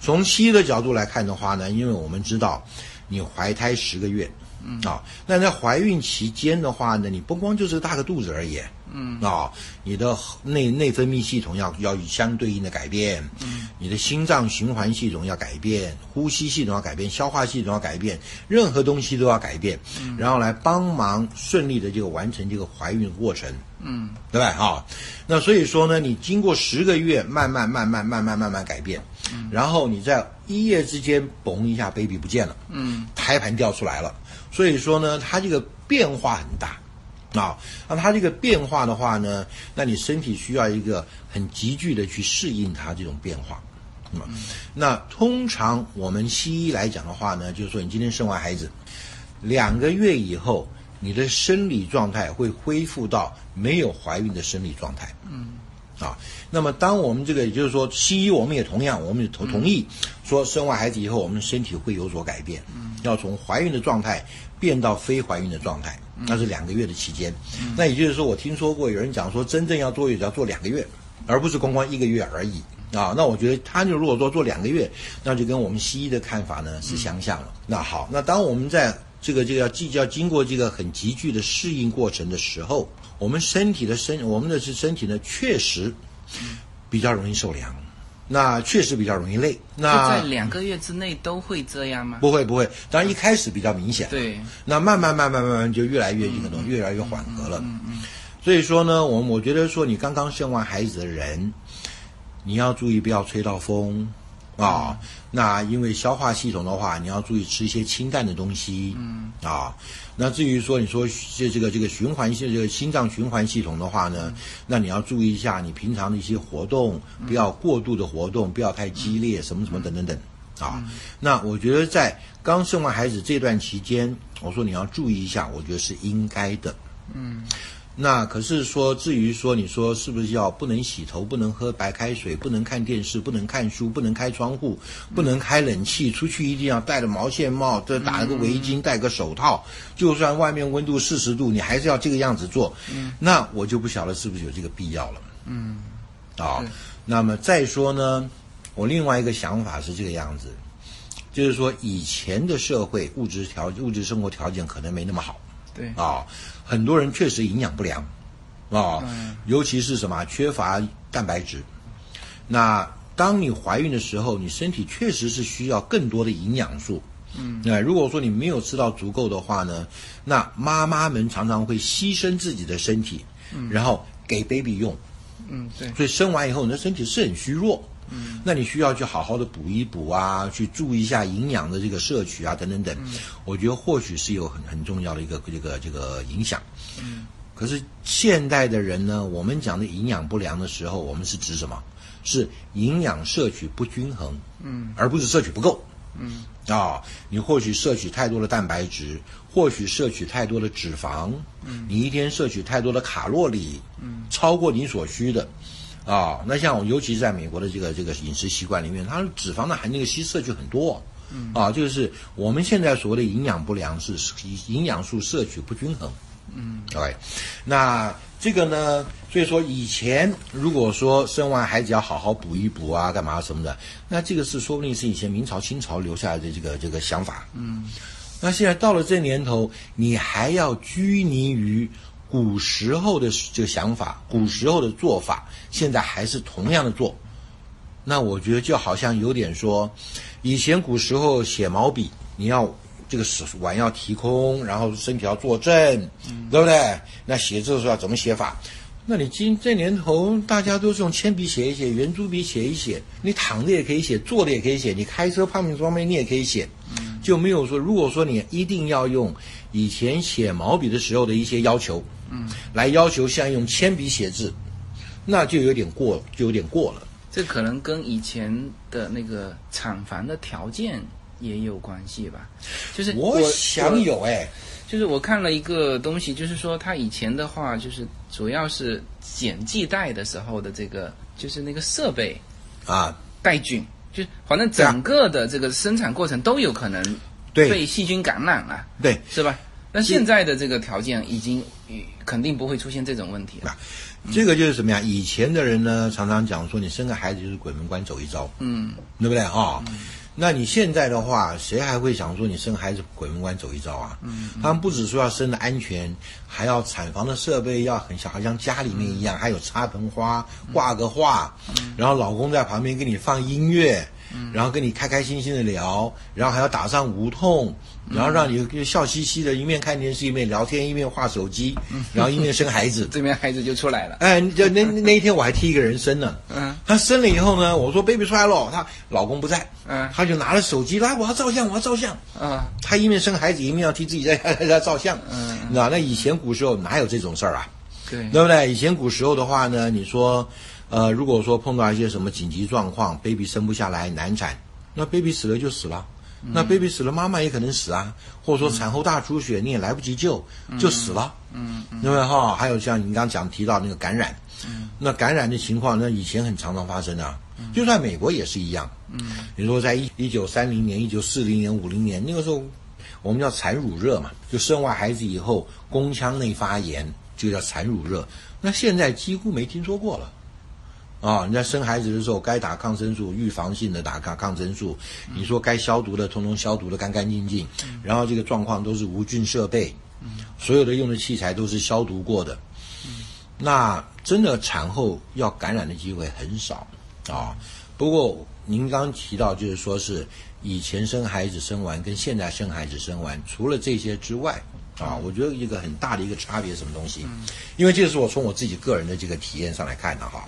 Speaker 3: 从西医的角度来看的话呢，因为我们知道你怀胎十个月。嗯啊，那在怀孕期间的话呢，你不光就是大个肚子而已，嗯啊，你的内内分泌系统要要有相对应的改变，嗯，你的心脏循环系统要改变，呼吸系统要改变，消化系统要改变，任何东西都要改变，然后来帮忙顺利的这个完成这个怀孕过程，嗯，对吧？啊，那所以说呢，你经过十个月，慢慢慢慢慢慢慢慢改变，然后你在一夜之间，嘣一下，baby 不见了，嗯，胎盘掉出来了。所以说呢，它这个变化很大啊。那它这个变化的话呢，那你身体需要一个很急剧的去适应它这种变化。那么那通常我们西医来讲的话呢，就是说你今天生完孩子，两个月以后，你的生理状态会恢复到没有怀孕的生理状态。啊。那么，当我们这个，也就是说，西医我们也同样，我们也同同意说，生完孩子以后，我们身体会有所改变，要从怀孕的状态变到非怀孕的状态，那是两个月的期间。那也就是说，我听说过有人讲说，真正要坐月子要做两个月，而不是光光一个月而已啊。那我觉得他就如果说做两个月，那就跟我们西医的看法呢是相像了。那好，那当我们在这个这个要既要经过这个很急剧的适应过程的时候，我们身体的身我们的是身体呢确实比较容易受凉，那确实比较容易累。
Speaker 2: 就在
Speaker 3: 那
Speaker 2: 两个月之内都会这样吗？
Speaker 3: 不会不会，当然一开始比较明显，
Speaker 2: 对，嗯
Speaker 3: 那慢慢慢慢慢慢就越来越可能越来越缓和了。所以说呢，我我觉得说你刚刚生完孩子的人，你要注意不要吹到风啊、那因为消化系统的话，你要注意吃一些清淡的东西。嗯啊、那至于说你说这这个这个循环系这个心脏循环系统的话呢，那你要注意一下你平常的一些活动，不要过度的活动，不要太激烈，什么什么等等等。啊，那我觉得在刚生完孩子这段期间，我说你要注意一下，我觉得是应该的。那可是说，至于说你说是不是要不能洗头、不能喝白开水、不能看电视、不能看书、不能开窗户、不能开冷气，出去一定要戴着毛线帽，这打个围巾、戴个手套，就算外面温度四十度，你还是要这个样子做。那我就不晓得是不是有这个必要了。啊、那么再说呢，我另外一个想法是这个样子，就是说以前的社会物质条物质生活条件可能没那么好。
Speaker 2: 对
Speaker 3: 啊、很多人确实营养不良，啊、尤其是什么缺乏蛋白质。那当你怀孕的时候，你身体确实是需要更多的营养素。嗯，那如果说你没有吃到足够的话呢，那妈妈们常常会牺牲自己的身体，然后给 baby 用。
Speaker 2: 嗯，对，
Speaker 3: 所以生完以后，你的身体是很虚弱。嗯，那你需要去好好的补一补啊，去注意一下营养的这个摄取啊，等等等。我觉得或许是有很很重要的一个这个这个影响。嗯，可是现代的人呢，我们讲的营养不良的时候，我们是指什么？是营养摄取不均衡。嗯，而不是摄取不够。嗯，啊、你或许摄取太多的蛋白质，或许摄取太多的脂肪。嗯，你一天摄取太多的卡路里。嗯，超过你所需的。啊、那像我尤其是在美国的这个这个饮食习惯里面，它的脂肪的含那个吸摄取很多。嗯，啊，就是我们现在所谓的营养不良是是营养素摄取不均衡。嗯，OK，那这个呢，所以说以前如果说生完孩子要好好补一补啊，干嘛什么的，那这个是说不定是以前明朝、清朝留下来的这个这个想法。嗯，那现在到了这年头，你还要拘泥于古时候的这个想法、古时候的做法，现在还是同样的做。那我觉得就好像有点说，以前古时候写毛笔，你要这个手腕要提空，然后身体要坐正，对不对？那写字的时候要怎么写法？那你今这年头大家都是用铅笔写一写，圆珠笔写一写，你躺着也可以写，坐着也可以写，你开车方面方面你也可以写，就没有说如果说你一定要用以前写毛笔的时候的一些要求，嗯，来要求现在用铅笔写字，那就有点过，就有点过了。
Speaker 2: 这可能跟以前的那个厂房的条件也有关系吧。就是
Speaker 3: 我想有哎、
Speaker 2: 就是我看了一个东西，就是说他以前的话，就是主要是碱剂带的时候的这个，就是那个设备
Speaker 3: 啊，
Speaker 2: 带菌，就是反正整个的这个生产过程都有可能
Speaker 3: 对
Speaker 2: 被细菌感染了，
Speaker 3: 对，
Speaker 2: 是吧？那现在的这个条件已经呃肯定不会出现这种问题了。
Speaker 3: 这个就是什么呀？以前的人呢，常常讲说你生个孩子就是鬼门关走一遭，
Speaker 2: 嗯，
Speaker 3: 对不对啊？那你现在的话，谁还会想说你生孩子鬼门关走一遭啊？嗯，他们不只说要生的安全，还要产房的设备要很像，好像家里面一样，还有插盆花、挂个画，然后老公在旁边给你放音乐，然后跟你开开心心的聊，然后还要打上无痛，然后让你笑嘻嘻的，一面看电视一面聊天，一面画手机，然后一面生孩 子。
Speaker 2: 这边孩子就出来了，
Speaker 3: 哎，你就那那那一天我还替一个人生呢。
Speaker 2: 嗯，
Speaker 3: 她生了以后呢，我说 baby 出来了，她老公不在，
Speaker 2: 嗯
Speaker 3: 她就拿了手机来，我要照相，我要照相。
Speaker 2: 啊，
Speaker 3: 她一面生孩子，一面要替自己在 在照相。
Speaker 2: 嗯，
Speaker 3: 那那以前古时候哪有这种事儿啊？
Speaker 2: 对，
Speaker 3: 对不对？以前古时候的话呢，你说，呃，如果说碰到一些什么紧急状况，baby 生不下来难产，那 baby 死了就死了。那 baby 死了，妈妈也可能死啊，或者说产后大出血，你也来不及救，就死了。嗯，对不对哈？还有像你刚刚讲提到那个感染，那感染的情况，那以前很常常发生啊，就算美国也是一样。嗯，你说在一一九三零年、一九四零年、五零年那个时候，我们叫产乳热嘛，就生完孩子以后宫腔内发炎，就叫产乳热。那现在几乎没听说过了。啊、你在生孩子的时候该打抗生素，预防性的打抗抗生素。你说该消毒的，通通消毒的干干净净。然后这个状况都是无菌设备，所有的用的器材都是消毒过的。那真的产后要感染的机会很少啊。不过您刚提到，就是说是以前生孩子生完跟现在生孩子生完，除了这些之外啊，我觉得一个很大的一个差别是什么东西？因为这是我从我自己个人的这个体验上来看的哈。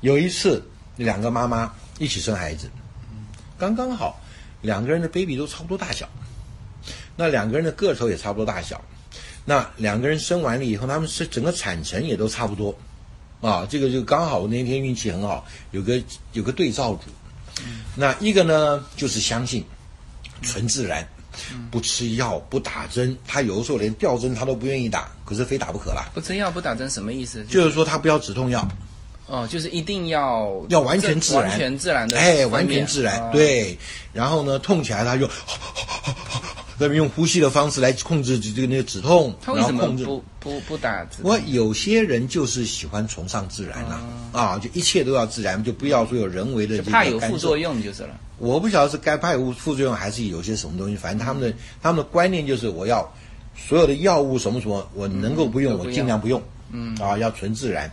Speaker 3: 有一次，两个妈妈一起生孩子，刚刚好，两个人的 baby 都差不多大小，那两个人的个头也差不多大小，那两个人生完了以后，他们是整个产程也都差不多，啊，这个就刚好我那天运气很好，有个有个对照组，
Speaker 2: 嗯
Speaker 3: 那一个呢就是相信，纯自然，
Speaker 2: 嗯
Speaker 3: 不吃药不打针，他有的时候连吊针他都不愿意打，可是非打不可啦，
Speaker 2: 不吃药不打针什么意思？
Speaker 3: 就是说他不要止痛药。
Speaker 2: 哦，就是一定要
Speaker 3: 要完全自然，
Speaker 2: 完全自然的分娩，
Speaker 3: 哎，完全自然，
Speaker 2: 哦，
Speaker 3: 对。然后呢，痛起来他就 那么用呼吸的方式来控制这个那个止痛，
Speaker 2: 他为
Speaker 3: 然后
Speaker 2: 什么
Speaker 3: 控制。
Speaker 2: 不不不打针？
Speaker 3: 我有些人就是喜欢崇尚自然呐、啊，就一切都要自然，就不要说有人为的
Speaker 2: 就
Speaker 3: 这个
Speaker 2: 怕有
Speaker 3: 干
Speaker 2: 副
Speaker 3: 涉
Speaker 2: 作用就是了。
Speaker 3: 我不晓得是该怕有副作用，还是有些什么东西。反正他们
Speaker 2: 嗯
Speaker 3: 的、他们的观念就是，我要所有的药物什么什么，我能够不
Speaker 2: 嗯
Speaker 3: 用，
Speaker 2: 都不
Speaker 3: 我
Speaker 2: 要
Speaker 3: 尽量不用。嗯，啊，要纯自然。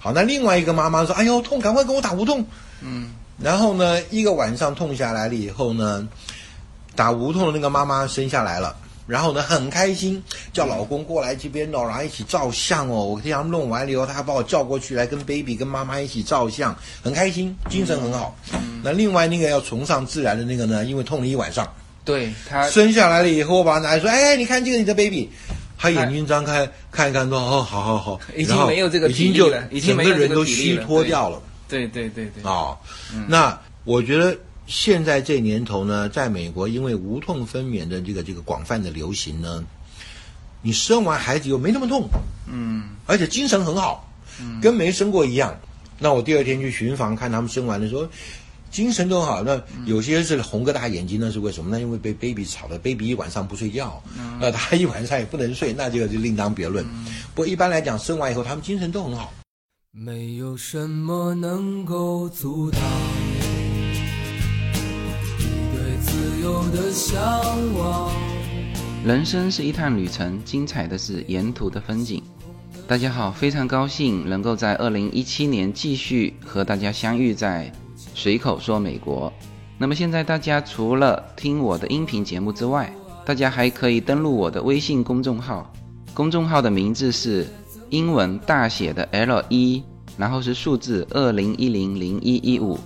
Speaker 3: 好，那另外一个妈妈说：“哎呦，痛，赶快给我打无痛。”嗯，然后呢，一个晚上痛下来了以后呢，打无痛的那个妈妈生下来了，然后呢很开心，叫老公过来这边哦，然后一起照相哦。我这样弄完了以后，他还把我叫过去来跟 baby 跟妈妈一起照相，很开心，精神很好。
Speaker 2: 嗯
Speaker 3: 那另外那个要崇尚自然的那个呢，因为痛了一晚上，
Speaker 2: 对他
Speaker 3: 生下来了以后，我把它拿来说，哎，你看这个你的 baby，他眼睛张开看一看，说哦，好好好，
Speaker 2: 哎已经
Speaker 3: 然后
Speaker 2: 没有这个
Speaker 3: 已
Speaker 2: 体
Speaker 3: 经
Speaker 2: 力
Speaker 3: 就
Speaker 2: 了已经
Speaker 3: 整
Speaker 2: 没
Speaker 3: 个
Speaker 2: 有这
Speaker 3: 人
Speaker 2: 个
Speaker 3: 都
Speaker 2: 体
Speaker 3: 虚
Speaker 2: 力了
Speaker 3: 脱
Speaker 2: 对
Speaker 3: 掉了
Speaker 2: 对对对对，
Speaker 3: 啊、那我觉得现在这年头呢，在美国因为无痛分娩的这个这个广泛的流行呢，你生完孩子又没那么痛，嗯，而且精神很好，嗯，跟没生过一样。那我第二天去巡房看他们生完的时候。精神都好，那有些是红个大眼睛，那是为什么？那因为被 baby 吵了，baby 一晚上不睡觉，那他一晚上也不能睡，那这个就另当别论。不过一般来讲，生完以后他们精神都很好。
Speaker 4: 没有什么能够阻挡你对自由的向往。
Speaker 2: 人生是一趟旅程，精彩的是沿途的风景。大家好，非常高兴能够在二零一七年继续和大家相遇在《随口说美国》。那么现在大家除了听我的音频节目之外，大家还可以登录我的微信公众号，公众号的名字是英文大写的 L 一，然后是数字二零一零零一一五。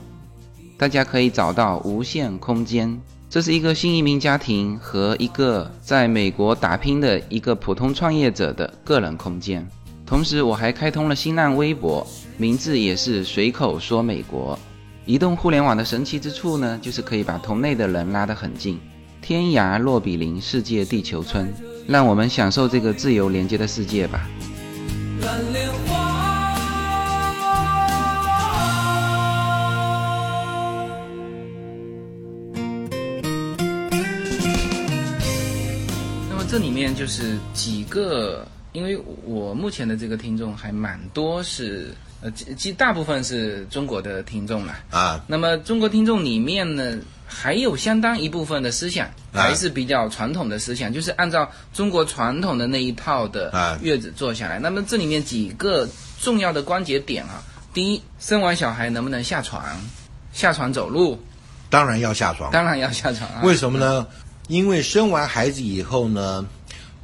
Speaker 2: 大家可以找到无限空间。这是一个新移民家庭和一个在美国打拼的一个普通创业者的个人空间。同时，我还开通了新浪微博，名字也是随口说美国。移动互联网的神奇之处呢，就是可以把同类的人拉得很近。天涯若比邻，世界地球村。让我们享受这个自由连接的世界吧。
Speaker 4: 蓝莲花。
Speaker 2: 那么这里面就是几个，因为我目前的这个听众还蛮多是，呃，几几大部分是中国的听众啦。
Speaker 3: 啊，
Speaker 2: 那么中国听众里面呢，还有相当一部分的思想
Speaker 3: 啊
Speaker 2: 还是比较传统的思想，就是按照中国传统的那一套的
Speaker 3: 啊
Speaker 2: 月子做下来。那么这里面几个重要的关节点啊，第一，生完小孩能不能下床？下床走路，
Speaker 3: 当然要下床。
Speaker 2: 当然要下床啊。
Speaker 3: 为什么呢？因为生完孩子以后呢，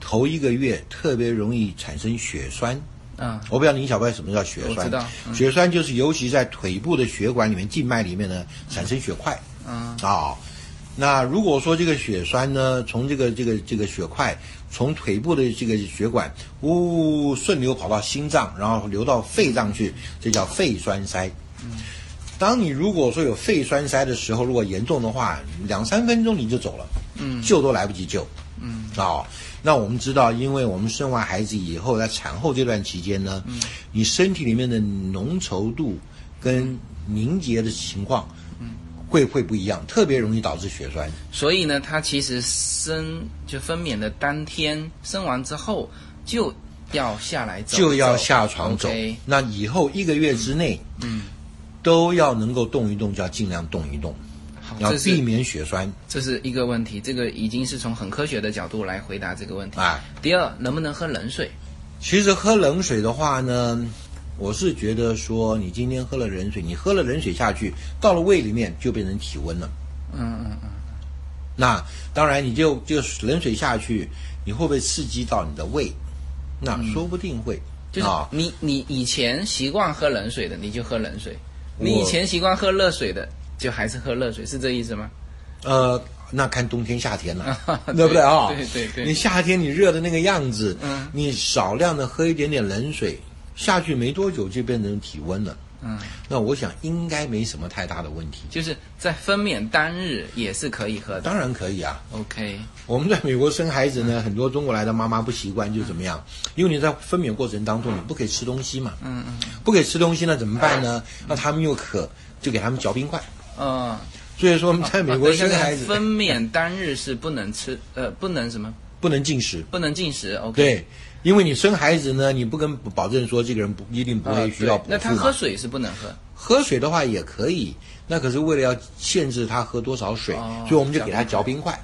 Speaker 3: 头一个月特别容易产生血栓。
Speaker 2: 啊，
Speaker 3: 我不知道林小怪什么叫血栓？
Speaker 2: 我知道嗯
Speaker 3: 血栓就是尤其在腿部的血管里面、静脉里面呢产生血块。
Speaker 2: 嗯
Speaker 3: 啊、那如果说这个血栓呢，从这个这个这个血块从腿部的这个血管呜顺流跑到心脏，然后流到肺脏去，这叫肺栓塞。当你如果说有肺栓塞的时候，如果严重的话，两三分钟你就走了，嗯，救都来不及救，嗯，哦，那我们知道，因为我们生完孩子以后，在产后这段期间呢，嗯、你身体里面的浓稠度跟凝结的情况，嗯，会会不一样，特别容易导致血栓，
Speaker 2: 所以呢，他其实生就分娩的当天生完之后就要下来走一走，
Speaker 3: 就要下床走。
Speaker 2: OK
Speaker 3: 那以后一个月之内，嗯，都要能够动一动，就要尽量动一动，
Speaker 2: 好，
Speaker 3: 要
Speaker 2: 这是
Speaker 3: 避免血栓
Speaker 2: 这是一个问题，这个已经是从很科学的角度来回答这个问题。
Speaker 3: 啊。
Speaker 2: 第二，能不能喝冷水？
Speaker 3: 其实喝冷水的话呢，我是觉得说，你今天喝了冷水，你喝了冷水下去，到了胃里面就变成体温了。
Speaker 2: 嗯嗯嗯，
Speaker 3: 那当然，你就就冷水下去，你会不会刺激到你的胃？那说不定会。
Speaker 2: 嗯就是
Speaker 3: 啊，
Speaker 2: 你你以前习惯喝冷水的，你就喝冷水；
Speaker 3: 我
Speaker 2: 你以前习惯喝热水的，就还是喝热水，是这意思吗？，
Speaker 3: 呃，那看冬天夏天了对不对啊？
Speaker 2: 对对对
Speaker 3: 你夏天你热的那个样子，
Speaker 2: 嗯
Speaker 3: 你少量的喝一点点冷水下去，没多久就变成体温了。
Speaker 2: 嗯，
Speaker 3: 那我想应该没什么太大的问题，
Speaker 2: 就是在分娩当日也是可以喝的。
Speaker 3: 当然可以啊。
Speaker 2: OK，
Speaker 3: 我们在美国生孩子
Speaker 2: 嗯
Speaker 3: 呢，很多中国来的妈妈不习惯，就怎么样？因为你在分娩过程当中，你不可以吃东西嘛，嗯嗯，不可以吃东西，那怎么办呢？那他们又渴，就给他们嚼冰块。
Speaker 2: 嗯、
Speaker 3: 所以说， 在美国
Speaker 2: 啊等
Speaker 3: 生
Speaker 2: 一下
Speaker 3: 孩子
Speaker 2: 分娩当日是不能吃，呃，不能什么，
Speaker 3: 不能进食，
Speaker 2: 不能进食。OK，啊
Speaker 3: 对，因为你生孩子呢，你不跟保证说这个人不一定不
Speaker 2: 啊，
Speaker 3: 会需要
Speaker 2: 对
Speaker 3: 补
Speaker 2: 那
Speaker 3: 腹
Speaker 2: 他喝
Speaker 3: 嘛。
Speaker 2: 水是不能喝。
Speaker 3: 喝水的话也可以，那可是为了要限制他喝多少水，
Speaker 2: 哦
Speaker 3: 所以我们就给他嚼冰块。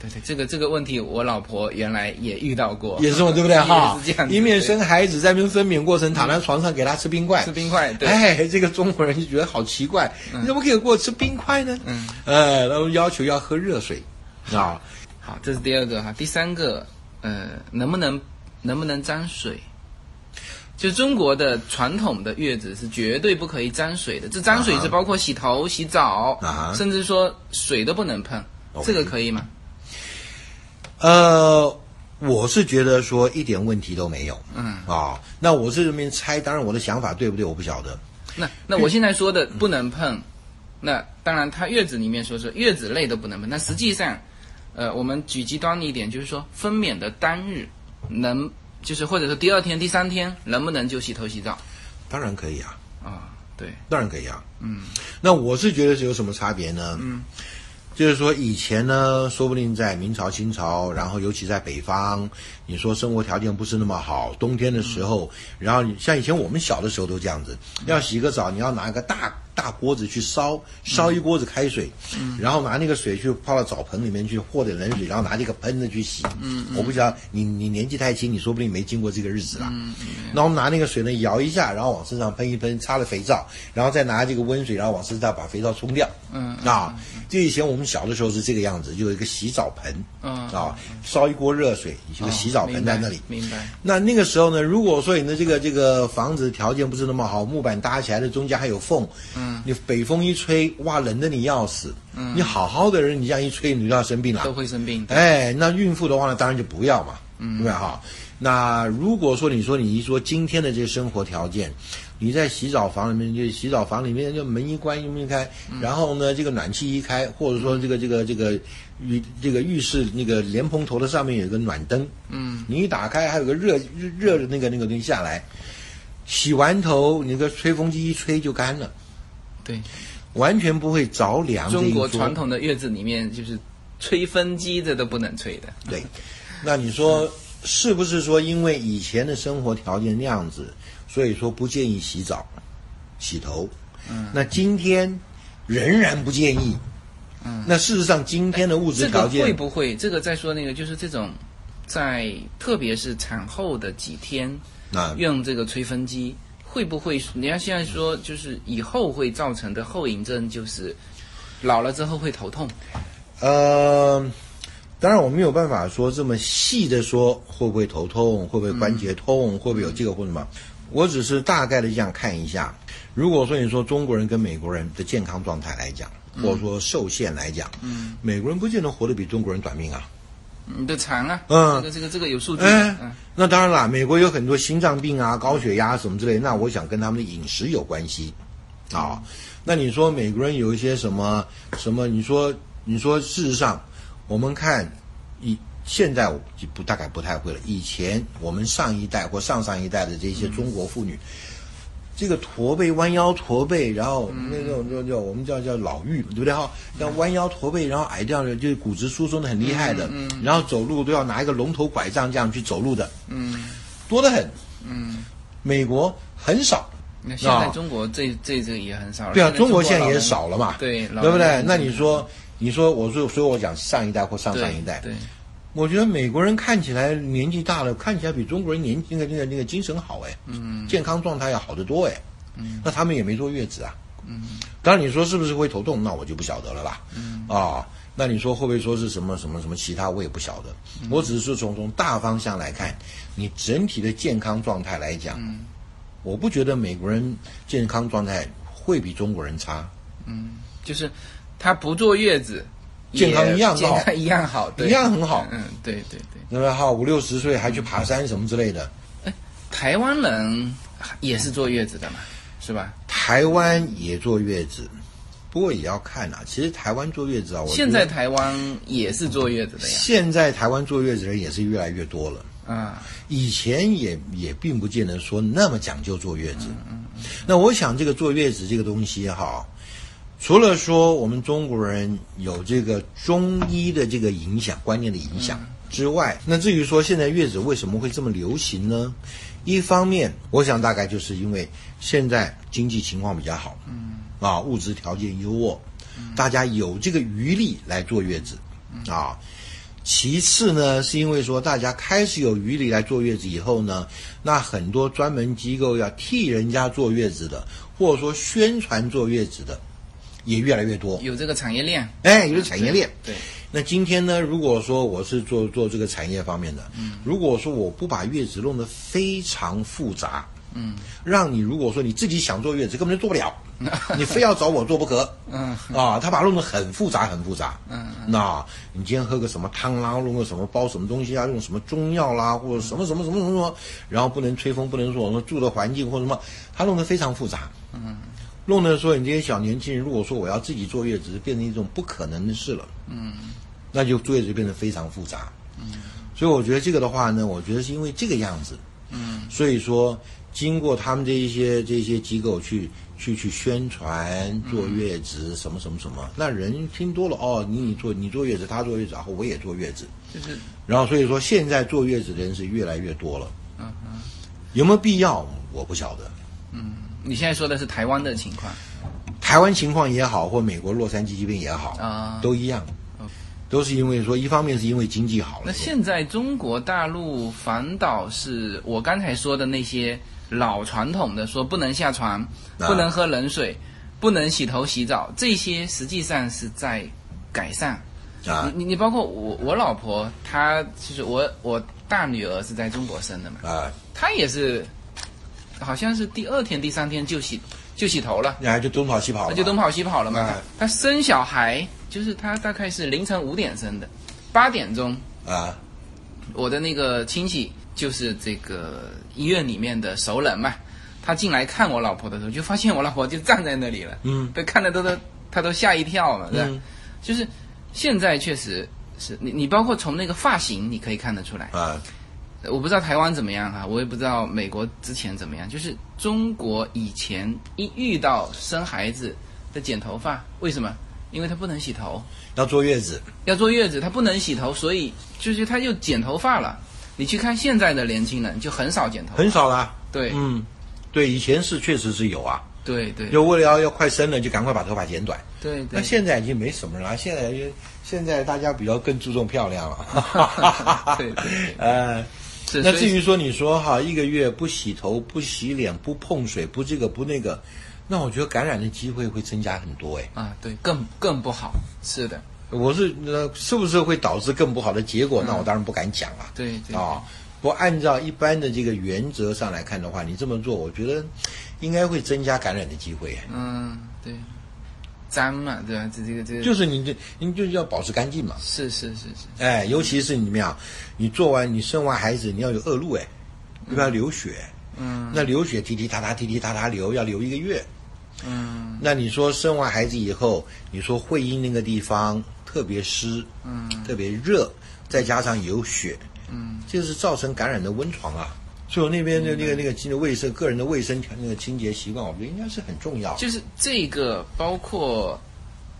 Speaker 3: 对对，
Speaker 2: 这个这个问题，我老婆原来也遇到过，
Speaker 3: 也是我对不对哈？
Speaker 2: 也是这样子，
Speaker 3: 一面生
Speaker 2: 对
Speaker 3: 孩子，在那边分娩过程躺在床上给他吃冰块
Speaker 2: 吃，冰块，对，
Speaker 3: 哎，这个中国人就觉得好奇怪，你怎么可以给我吃冰块呢？
Speaker 2: 嗯，
Speaker 3: 呃，然后要求要喝热水，啊，
Speaker 2: 好，这是第二个哈，第三个，呃，能不能能不能沾水？就中国的传统的月子是绝对不可以沾水的，这沾水是包括洗头、洗澡，
Speaker 3: 啊
Speaker 2: 甚至说水都不能碰，
Speaker 3: OK
Speaker 2: 这个可以吗？
Speaker 3: 呃，我是觉得说一点问题都没有，
Speaker 2: 嗯
Speaker 3: 啊，那我是这边猜，当然我的想法对不对我不晓得，
Speaker 2: 那那我现在说的不能碰，那当然它月子里面说是月子类都不能碰，但实际上，呃，我们举极端的一点就是说分娩的当日能就是或者说第二天、第三天能不能就洗头洗澡
Speaker 3: 当然可以啊，
Speaker 2: 啊、对，
Speaker 3: 当然可以啊，嗯，那我是觉得是有什么差别呢？嗯。就是说，以前呢，说不定在明朝、清朝，然后尤其在北方，你说生活条件不是那么好，冬天的时候，然后你像以前我们小的时候都这样子，要洗个澡，你要拿个大大锅子去烧，烧一锅子开水，然后拿那个水去泡到澡盆里面去，或者冷水，然后拿这个喷子去洗。嗯，我不知道你你年纪太轻，你说不定没经过这个日子啦。嗯，那我们拿那个水呢摇一下，然后往身上喷一喷，擦了肥皂，然后再拿这个温水，然后往身上把肥皂冲掉。
Speaker 2: 嗯
Speaker 3: 啊，就以前我们小的时候是这个样子，就有一个洗澡盆，
Speaker 2: 嗯
Speaker 3: 啊，烧一锅热水，有个洗澡盆在那里。
Speaker 2: 明白。明白
Speaker 3: 那那个时候呢，如果说你的这个这个房子条件不是那么好，木板搭起来的中间还有缝，嗯，你北风一吹，哇，冷的你要死，嗯，你好好的人，你这样一吹，你就要生病了，
Speaker 2: 都会生病的。
Speaker 3: 哎，那孕妇的话呢，当然就不要嘛，嗯，对吧？哈，那如果说你说你一说今天的这个生活条件，你在洗澡房里面，就洗澡房里面就门一关一门一开，
Speaker 2: 嗯
Speaker 3: 然后呢，这个暖气一开，或者说这个这个这个浴这个浴室那个莲蓬头的上面有个暖灯，嗯，你一打开还有个热热热的那个那个东西下来，洗完头你那个吹风机一吹就干了，
Speaker 2: 对，
Speaker 3: 完全不会着凉这
Speaker 2: 中
Speaker 3: 一
Speaker 2: 国
Speaker 3: 说。
Speaker 2: 传统的月子里面就是吹风机这都不能吹的。
Speaker 3: 对，那你说是不是说因为以前的生活条件那样子，所以说不建议洗澡、洗头？嗯，那今天仍然不建议。嗯，那事实上今天的物质
Speaker 2: 这个
Speaker 3: 条件，
Speaker 2: 会不会？这个再说那个，就是这种在特别是产后的几天
Speaker 3: 那
Speaker 2: 用这个吹风机，会不会？人家现在说就是以后会造成的后遗症就是老了之后会头痛。
Speaker 3: 呃，当然我没有办法说这么细的说会不会头痛，会不会关节痛，会不会有这个或什么。我只是大概的这样看一下。如果说你说中国人跟美国人的健康状态来讲，或者说寿限来讲，嗯，美国人不见得活得比中国人短命啊。
Speaker 2: 你的肠啊，这
Speaker 3: 嗯
Speaker 2: 个这个这个有数据的，
Speaker 3: 哎
Speaker 2: 嗯，
Speaker 3: 那当然啦，美国有很多心脏病啊、高血压什么之类，那我想跟他们的饮食有关系啊。那你说美国人有一些什么什么？你说你说，事实上，我们看以现在就不大概不太会了。以前我们上一代或上上一代的这些中国妇女，这个驼背、弯腰驼背，然后
Speaker 2: 嗯
Speaker 3: 那种就就我们叫叫老妪，对不对哈？那弯腰驼背，然后矮掉的，就是骨质疏松的很厉害的，然后走路都要拿一个龙头拐杖这样去走路的，
Speaker 2: 嗯
Speaker 3: 多得很。
Speaker 2: 嗯。
Speaker 3: 美国很少，
Speaker 2: 那现在
Speaker 3: 啊
Speaker 2: 中国这这这个也很少了。
Speaker 3: 对啊，
Speaker 2: 现在
Speaker 3: 中国现在
Speaker 2: 老
Speaker 3: 也
Speaker 2: 人
Speaker 3: 少了嘛，
Speaker 2: 对老
Speaker 3: 对不对
Speaker 2: 人？
Speaker 3: 那你说，你说，我说，所以我讲上一代或上
Speaker 2: 对
Speaker 3: 上一代，
Speaker 2: 对。
Speaker 3: 我觉得美国人看起来年纪大了，看起来比中国人年那个那个那个精神好哎，嗯，健康状态要好得多哎，嗯，那他们也没坐月子啊，嗯，当然你说是不是会头痛，那我就不晓得了啦，嗯，啊，那你说会不会说是什么什么什么其他，我也不晓得，我只是从从大方向来看，你整体的健康状态来讲，我不觉得美国人健康状态会比中国人差，
Speaker 2: 就是他不坐月子，
Speaker 3: 健康
Speaker 2: 也
Speaker 3: 一样好
Speaker 2: 健康一样好，对
Speaker 3: 一样很好
Speaker 2: 嗯，对对对，
Speaker 3: 对不对？哈，五六十岁还去爬山什么之类的，
Speaker 2: 台湾人也是坐月子的嘛，是吧？
Speaker 3: 台湾也坐月子，不过也要看啊。其实台湾坐月子啊，我觉得
Speaker 2: 现在台湾也是坐月子的呀，
Speaker 3: 现在台湾坐月子的人也是越来越多了。
Speaker 2: 啊，
Speaker 3: 以前也也并不见得说那么讲究坐月子。
Speaker 2: 嗯
Speaker 3: 那我想这个坐月子这个东西哈，除了说我们中国人有这个中医的这个影响观念的影响
Speaker 2: 嗯
Speaker 3: 之外，那至于说现在月子为什么会这么流行呢？一方面，我想大概就是因为现在经济情况比较好，嗯，啊，物质条件优渥，大家有这个余力来坐月子，啊。其次呢，是因为说大家开始有余力来坐月子以后呢，那很多专门机构要替人家坐月子的，或者说宣传坐月子的，也越来越多。
Speaker 2: 有这个产业链，
Speaker 3: 哎，有产业链。
Speaker 2: 对，
Speaker 3: 那今天呢，如果说我是做做这个产业方面的，如果说我不把月子弄得非常复杂，嗯，让你如果说你自己想坐月子根本就做不 了，你非要找我做不可，嗯啊，他把它弄得很复杂很复杂，嗯，那你今天喝个什么汤啦，弄个什么包什么东西啊，用什么中药啦，或者什么什么什么什么什么，然后不能吹风，不能说我们住的环境或者什么，他弄得非常复杂，弄得说你这些小年轻人，如果说我要自己坐月子，变成一种不可能的事了。嗯，那就坐月子变得非常复杂。嗯，所以我觉得这个的话呢，我觉得是因为这个样子。嗯，所以说经过他们这一些这些机构去去去宣传坐月子什么什么什么，那人听多了哦，你你坐你坐月子，他坐月子，然后我也坐月子，
Speaker 2: 就是
Speaker 3: 然后所以说现在坐月子的人是越来越多了。嗯有没有必要？我不晓得。
Speaker 2: 你现在说的是台湾的情况，
Speaker 3: 台湾情况也好，或美国洛杉矶这边也好，
Speaker 2: 啊
Speaker 3: 都一样，都是因为说，一方面是因为经济好
Speaker 2: 那
Speaker 3: 了，
Speaker 2: 现在中国大陆反倒是我刚才说的那些老传统的，说不能下床，
Speaker 3: 啊
Speaker 2: 不能喝冷水，不能洗头洗澡，这些实际上是在改善。
Speaker 3: 啊
Speaker 2: 你你你包括我我老婆，她就是我我大女儿是在中国生的嘛，
Speaker 3: 啊，
Speaker 2: 她也是，好像是第二天第三天就洗就洗头了。
Speaker 3: 然后就东跑西跑了，
Speaker 2: 就东跑西跑了嘛。
Speaker 3: 哎
Speaker 2: 她她生小孩就是她大概是凌晨五点生的，八点钟
Speaker 3: 啊
Speaker 2: 我的那个亲戚就是这个医院里面的熟人嘛，他进来看我老婆的时候，就发现我老婆就站在那里了，
Speaker 3: 嗯
Speaker 2: 被看的都都他都吓一跳嘛，对吧？
Speaker 3: 嗯
Speaker 2: 就是现在确实是你你包括从那个发型你可以看得出来，
Speaker 3: 啊，
Speaker 2: 我不知道台湾怎么样哈、我也不知道美国之前怎么样。就是中国以前一遇到生孩子的剪头发，为什么？因为他不能洗头，
Speaker 3: 要坐月子，
Speaker 2: 要坐月子，他不能洗头，所以就是他又剪头发了。你去看现在的年轻人，就很少剪头发。
Speaker 3: 很少啦，
Speaker 2: 对、
Speaker 3: 嗯，对，以前是确实是有啊，
Speaker 2: 对对
Speaker 3: 就为了要要快生了，就赶快把头发剪短。
Speaker 2: 对
Speaker 3: 那
Speaker 2: 对，，
Speaker 3: 现在已经没什么了啊，现在就现在大家比较更注重漂亮了
Speaker 2: 对对对
Speaker 3: 呃，
Speaker 2: 是
Speaker 3: 那
Speaker 2: 所
Speaker 3: 至
Speaker 2: 以
Speaker 3: 于说你说哈，一个月不洗头、不洗脸、不碰水、不这个不那个，那我觉得感染的机会会增加很多哎。
Speaker 2: 啊，对，更更不好。是的，
Speaker 3: 我是呃，是不是会导致更不好的结果？那我当然不敢讲了。
Speaker 2: 对嗯对
Speaker 3: 啊，不过按照一般的这个原则上来看的话，你这么做，我觉得应该会增加感染的机会。哎
Speaker 2: 嗯，对，脏嘛，对吧？这这个这个
Speaker 3: 就是你这，你就是要保持干净嘛。
Speaker 2: 是是是是，
Speaker 3: 哎，尤其是你们啊，你做完你生完孩子，你要有恶露哎，对吧？流血，嗯，那流血滴滴答答滴滴答答流，要流一个月，嗯，那你说生完孩子以后，你说会阴那个地方特别湿，嗯，特别热，再加上有血，嗯，这是造成感染的温床啊。所以我那边的那个那个清洁卫生，个人的卫生那个清洁习惯，我觉得应该是很重要。
Speaker 2: 就是这个包括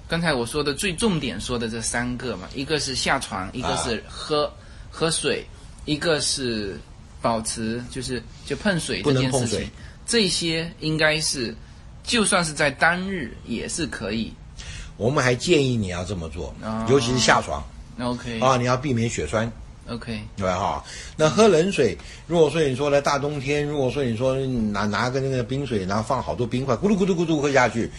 Speaker 2: 刚才我说的最重点说的这三个嘛，一个是下床，一个是喝、喝水，一个是保持就是就碰水这件
Speaker 3: 不能
Speaker 2: 事
Speaker 3: 碰水
Speaker 2: 情，这些应该是就算是在当日也是可以。
Speaker 3: 我们还建议你要这么做
Speaker 2: 哦，
Speaker 3: 尤其是下床
Speaker 2: OK
Speaker 3: 啊，你要避免血栓。
Speaker 2: OK，
Speaker 3: 对吧？哈，那喝冷水，如果说你说呢，大冬天，如果说你说拿拿个那个冰水，然后放好多冰块，咕噜咕噜咕噜喝下去，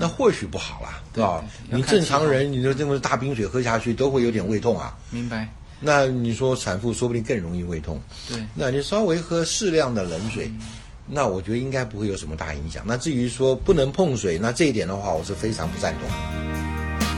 Speaker 3: 那或许不好啦，对吧？
Speaker 2: 嗯对
Speaker 3: 你正常人，你就这么大冰水喝下去，都会有点胃痛啊。
Speaker 2: 明白。
Speaker 3: 那你说产妇说不定更容易胃痛，
Speaker 2: 对，
Speaker 3: 那你稍微喝适量的冷水，
Speaker 2: 嗯
Speaker 3: 那我觉得应该不会有什么大影响。那至于说不能碰水，那这一点的话，我是非常不赞同。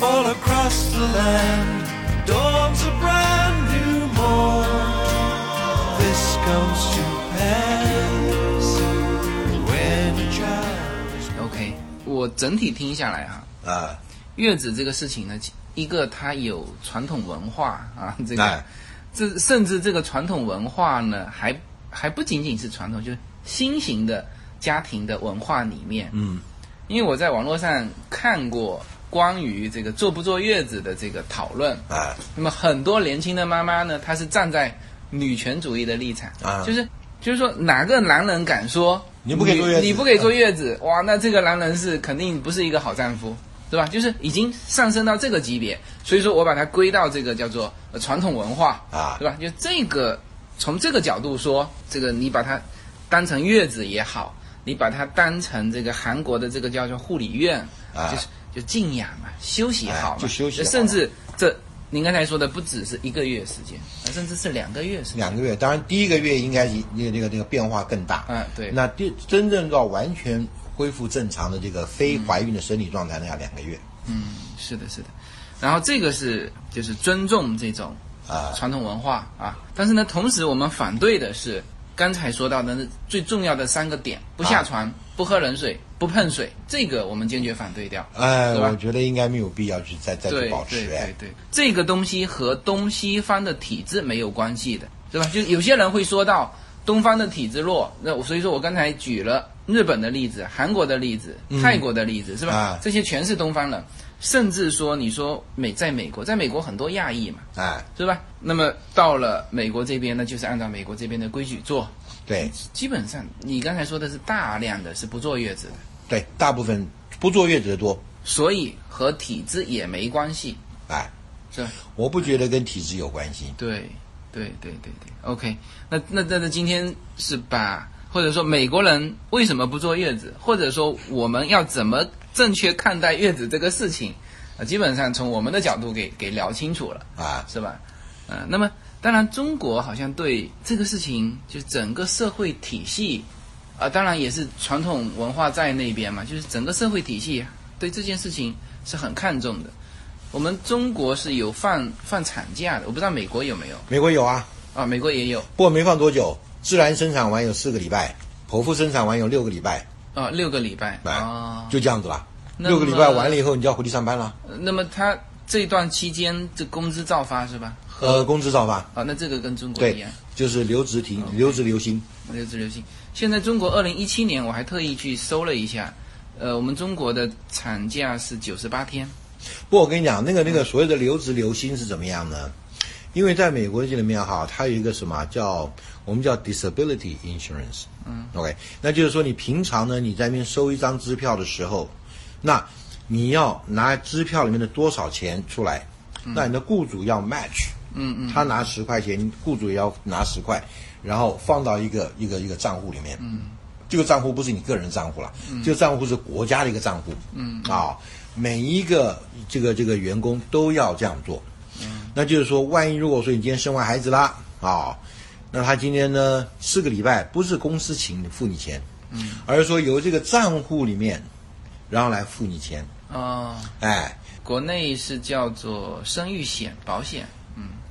Speaker 1: All across the land dawns a brand new morn. This comes to pass when a child is
Speaker 2: OK，我我整体听下来哈、
Speaker 3: 啊，
Speaker 2: 月子这个事情呢，其一个它有传统文化啊，这个
Speaker 3: 哎，
Speaker 2: 这甚至这个传统文化呢，还还不仅仅是传统，就是新型的家庭的文化里面，
Speaker 3: 嗯，
Speaker 2: 因为我在网络上看过关于这个坐不坐月子的这个讨论，
Speaker 3: 哎，
Speaker 2: 那么很多年轻的妈妈呢，她是站在女权主义的立场，
Speaker 3: 啊
Speaker 2: 就是就是说哪个男人敢说
Speaker 3: 你不给坐月子啊
Speaker 2: 你不给坐月子，哇，那这个男人是肯定不是一个好丈夫，对吧？就是已经上升到这个级别，所以说我把它归到这个叫做、呃传统文化
Speaker 3: 啊
Speaker 2: 对吧？就这个从这个角度说，这个你把它当成月子也好，你把它当成这个韩国的这个叫做护理院，
Speaker 3: 啊
Speaker 2: 就是就静养嘛，休息好嘛，
Speaker 3: 哎就休息好
Speaker 2: 甚至这您刚才说的不只是一个月时间，呃甚至是两个月时间。
Speaker 3: 两个月，当然第一个月应该是那个那个那个变化更大。
Speaker 2: 嗯对
Speaker 3: 那第真正到完全恢复正常的这个非怀孕的生理状态呢，要两个月
Speaker 2: 嗯，是的，是的。然后这个是就是尊重这种
Speaker 3: 啊
Speaker 2: 传统文化啊，但是呢，同时我们反对的是刚才说到的那最重要的三个点：不
Speaker 3: 啊
Speaker 2: 下床、不喝冷水、不碰水，这个我们坚决反对掉。
Speaker 3: 哎，
Speaker 2: 是吧
Speaker 3: 我觉得应该没有必要去再再去
Speaker 2: 对
Speaker 3: 保
Speaker 2: 对
Speaker 3: 持哎
Speaker 2: 对。对，这个东西和东西方的体制没有关系的，是吧？就有些人会说到东方的体制弱，那我所以说我刚才举了日本的例子、韩国的例子、泰国的例子，是吧？
Speaker 3: 啊
Speaker 2: 这些全是东方人，甚至说你说美在美国，在美国很多亚裔嘛，
Speaker 3: 哎，
Speaker 2: 是吧？那么到了美国这边呢，就是按照美国这边的规矩做，
Speaker 3: 对
Speaker 2: 基本上你刚才说的是大量的是不坐月子的，
Speaker 3: 对，大部分不坐月子的多，
Speaker 2: 所以和体制也没关系，
Speaker 3: 哎，
Speaker 2: 是吧？
Speaker 3: 我不觉得跟体质有关系。
Speaker 2: 对，对，对，对，对。OK，那那那那今天是把，或者说美国人为什么不坐月子，或者说我们要怎么正确看待月子这个事情，啊，基本上从我们的角度给给聊清楚了，
Speaker 3: 啊，
Speaker 2: 是吧？嗯、那么当然，中国好像对这个事情，就整个社会体系，啊、当然也是传统文化在那边嘛，就是整个社会体系对这件事情是很看重的。我们中国是有放放产假的，我不知道美国有没有。
Speaker 3: 美国有啊，
Speaker 2: 啊，美国也有
Speaker 3: 不过没放多久，自然生产完有四个礼拜，剖腹生产完有六个礼拜，
Speaker 2: 啊，六个礼拜
Speaker 3: 哎，
Speaker 2: 啊。
Speaker 3: 就这样子吧。
Speaker 2: 那
Speaker 3: 六个礼
Speaker 2: 么
Speaker 3: 拜完了以后，你就要回去上班了，
Speaker 2: 那么他这段期间这工资照发是吧？
Speaker 3: 呃，工资照发。
Speaker 2: 啊，那这个跟中国一
Speaker 3: 对
Speaker 2: 样，，哦
Speaker 3: 就是留职停，留职留薪。
Speaker 2: 留职留薪。现在中国二零一七年我还特意去搜了一下，呃，我们中国的产假是九十八天
Speaker 3: 不过我跟你讲，那个那个所谓的留职留薪是怎么样呢？因为在美国这里面哈，它有一个什么啊叫我们叫 disability insurance，嗯，OK，那就是说你平常呢你在那边收一张支票的时候，那你要拿支票里面的多少钱出来，那你的雇主要 match，嗯嗯，他拿十块钱，雇主也要拿十块，然后放到一个一个一个账户里面，嗯，这个账户不是你个人账户了，这个账户是国家的一个账户。嗯啊，每一个这个这个员工都要这样做。嗯，那就是说，万一如果说你今天生完孩子啦，啊，那他今天呢四个礼拜不是公司请你付你钱，嗯，而是说由这个账户里面，然后来付你钱。
Speaker 2: 啊、
Speaker 3: 哎，
Speaker 2: 国内是叫做生育险保险。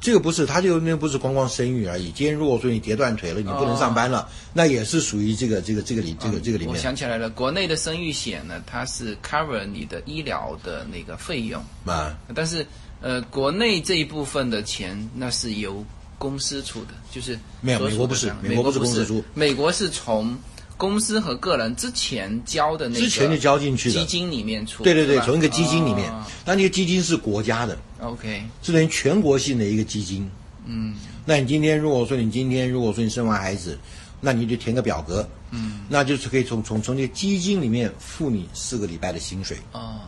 Speaker 3: 这个不是，他这个那不是光光生育而已。今天如果说你跌断腿了，你不能上班了，那也是属于这个这个这个里这个这个里
Speaker 2: 我
Speaker 3: 面
Speaker 2: 想起来了，国内的生育险呢，它是 cover 你的医疗的那个费用。
Speaker 3: 啊。
Speaker 2: 但是呃，国内这一部分的钱那是由公司出的，就是
Speaker 3: 没有
Speaker 2: 所
Speaker 3: 美
Speaker 2: 属
Speaker 3: 国
Speaker 2: 的
Speaker 3: 不是
Speaker 2: 单位
Speaker 3: 美
Speaker 2: 美
Speaker 3: 国
Speaker 2: 国
Speaker 3: 不是公司出
Speaker 2: 美国是从公司和个人之前交的那个
Speaker 3: 之前就交进去的
Speaker 2: 基金里面出，
Speaker 3: 对对对，
Speaker 2: 是吧
Speaker 3: 从一个基金里面
Speaker 2: 哦，
Speaker 3: 那那个基金是国家的，
Speaker 2: OK，
Speaker 3: 是等于全国性的一个基金。嗯，那你今天如果说你今天如果说你生完孩子，那你就填个表格，嗯，那就是可以从从从这个基金里面付你四个礼拜的薪水。
Speaker 2: 哦，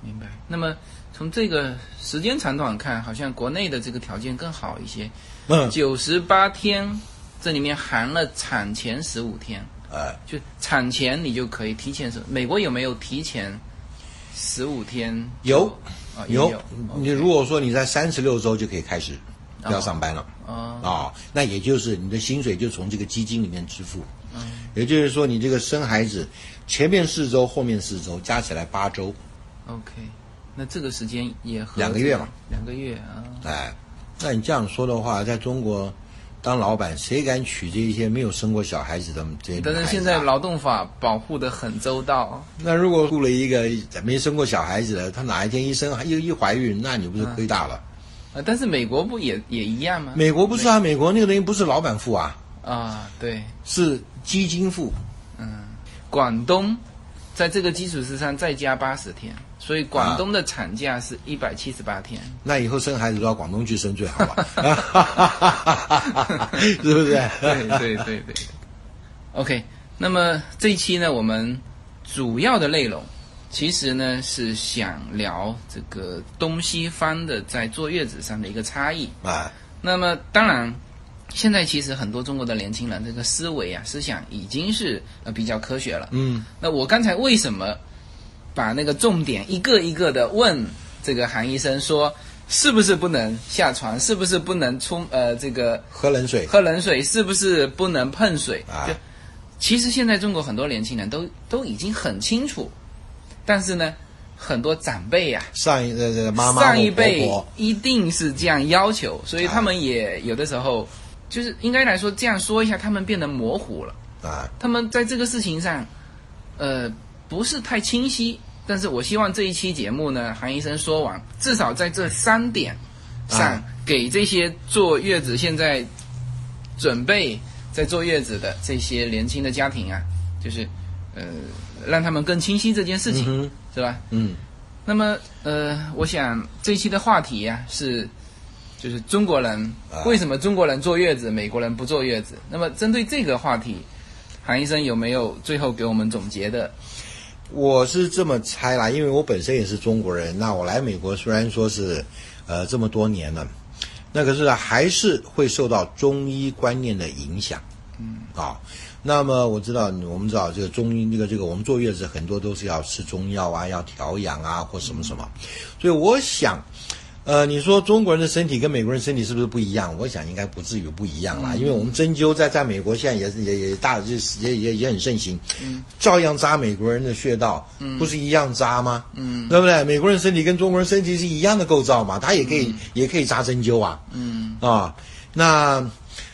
Speaker 2: 明
Speaker 3: 嗯
Speaker 2: 白。那么从这个时间长短看，好像国内的这个条件更好一些，
Speaker 3: 嗯，
Speaker 2: 九十八天，这里面含了产前十五天。
Speaker 3: 呃，
Speaker 2: 就产前你就可以提前什么？美国有没有提前十五天？
Speaker 3: 有
Speaker 2: 啊，也
Speaker 3: 有
Speaker 2: 有
Speaker 3: 你如果说你在三十六周就可以开始要上班了。
Speaker 2: 啊、
Speaker 3: 啊、那也就是你的薪水就从这个基金里面支付。也就是说，你这个生孩子前面四周，后面四周加起来八周，
Speaker 2: o k 那这个时间也和
Speaker 3: 两个月嘛，
Speaker 2: 两个月啊，
Speaker 3: 哎，那你这样说的话，在中国当老板，谁敢娶这些没有生过小孩子的这些女孩
Speaker 2: 但
Speaker 3: 子啊
Speaker 2: 是现在劳动法保护的很周到，
Speaker 3: 那如果雇了一个没生过小孩子的，她哪一天一生一一怀孕，那你不
Speaker 2: 嗯
Speaker 3: 是亏大了？
Speaker 2: 呃，但是美国不也也一样吗？
Speaker 3: 美国不是啊，美国那个东西不是老板付啊，
Speaker 2: 啊，对，
Speaker 3: 是基金付。
Speaker 2: 广东在这个基础之上再加八十天，所以
Speaker 3: 啊
Speaker 2: 广东的产假是一百七十八天。
Speaker 3: 那以后生孩子都到广东去生最好了， 是不是？
Speaker 2: 对对对对。OK，那么这一期呢，我们主要的内容其实呢是想聊这个东西方的在坐月子上的一个差异。
Speaker 3: 啊，
Speaker 2: 那么当然，现在其实很多中国的年轻人这个思维啊、思想已经是呃比较科学了。
Speaker 3: 嗯，
Speaker 2: 那我刚才为什么把那个重点一个一个的问这个韩医生说，是不是不能下床，是不是不能冲呃这个
Speaker 3: 喝冷水
Speaker 2: 喝冷水，是不是不能碰水？
Speaker 3: 啊
Speaker 2: 就其实现在中国很多年轻人都都已经很清楚，但是呢，很多长辈呀、
Speaker 3: 上一呃呃妈妈
Speaker 2: 上
Speaker 3: 或
Speaker 2: 一
Speaker 3: 婆
Speaker 2: 辈
Speaker 3: 婆啊
Speaker 2: 一定是这样要求，所以他们也有的时候，就是应该来说这样说一下，他们变得模糊了。
Speaker 3: 啊，
Speaker 2: 他们在这个事情上，呃，不是太清晰。但是我希望这一期节目呢，韩医生说完，至少在这三点上，
Speaker 3: 啊
Speaker 2: 给这些坐月子现在准备在坐月子的这些年轻的家庭啊，就是呃，让他们更清晰这件事情，
Speaker 3: 嗯哼
Speaker 2: 是吧？
Speaker 3: 嗯，
Speaker 2: 那么，呃，我想这一期的话题呀、是，就是中国人
Speaker 3: 啊
Speaker 2: 为什么中国人坐月子，美国人不坐月子？那么针对这个话题，韩医生有没有最后给我们总结的？
Speaker 3: 我是这么猜啦，因为我本身也是中国人。那我来美国虽然说是，呃，这么多年了，那可是啊还是会受到中医观念的影响。嗯，啊，那么我知道，我们知道这个中医，这个这个，我们坐月子很多都是要吃中药啊，要调养啊，或什么什么。所以我想，呃，你说中国人的身体跟美国人身体是不是不一样？我想应该不至于不一样啦，因为我们针灸在在美国现在也是也也大也也也也很盛行，照样扎美国人的穴道，不是一样扎吗？嗯，对不对？美国人身体跟中国人身体是一样的构造嘛，他也可以、也可以扎针灸啊，嗯啊，那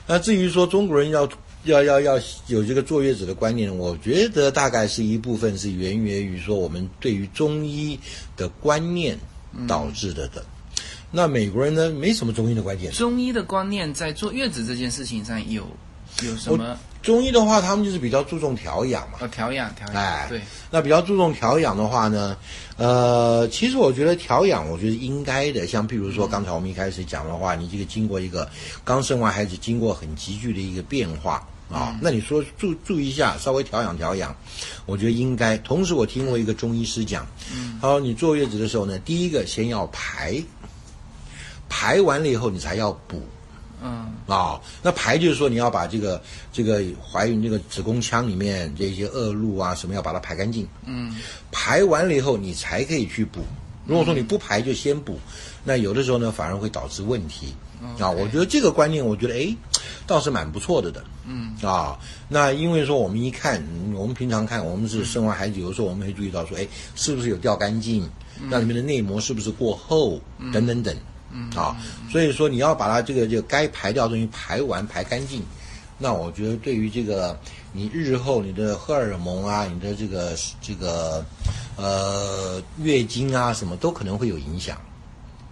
Speaker 3: 那至于说中国人要。要要要有这个坐月子的观念，我觉得大概是一部分是源于于说我们对于中医的观念嗯导致的的。那美国人呢，没什么中医的观点。
Speaker 2: 中医的观念在坐月子这件事情上有有什么
Speaker 3: 中医的话，他们就是比较注重调养嘛。
Speaker 2: 呃调养调养？
Speaker 3: 哎，
Speaker 2: 对，，
Speaker 3: 那比较注重调养的话呢，呃，其实我觉得调养，我觉得应该的。像比如说刚才我们一开始讲的话，你这个经过一个刚生完孩子，经过很急剧的一个变化啊，那你说注注意一下，稍微调养调养，我觉得应该。同时，我听过一个中医师讲，他说你坐月子的时候呢，第一个先要排，排完了以后你才要补。
Speaker 2: 嗯
Speaker 3: 啊、那排就是说你要把这个这个怀孕这个子宫腔里面这些恶露啊什么要把它排干净，
Speaker 2: 嗯，
Speaker 3: 排完了以后你才可以去补。如果说你不排就先补，那有的时候呢反而会导致问题。啊，我觉得这个观念，我觉得哎，倒是蛮不错的的。嗯啊，那因为说我们一看，嗯我们平常看，我们是生完孩子，有的时候我们会注意到说，哎，是不是有掉干净？那里面的内膜是不是过厚？等等等。嗯啊，所以说你要把它这个这个该排掉的东西排完排干净，那我觉得对于这个你日后你的荷尔蒙啊，你的这个这个呃月经啊什么都可能会有影响，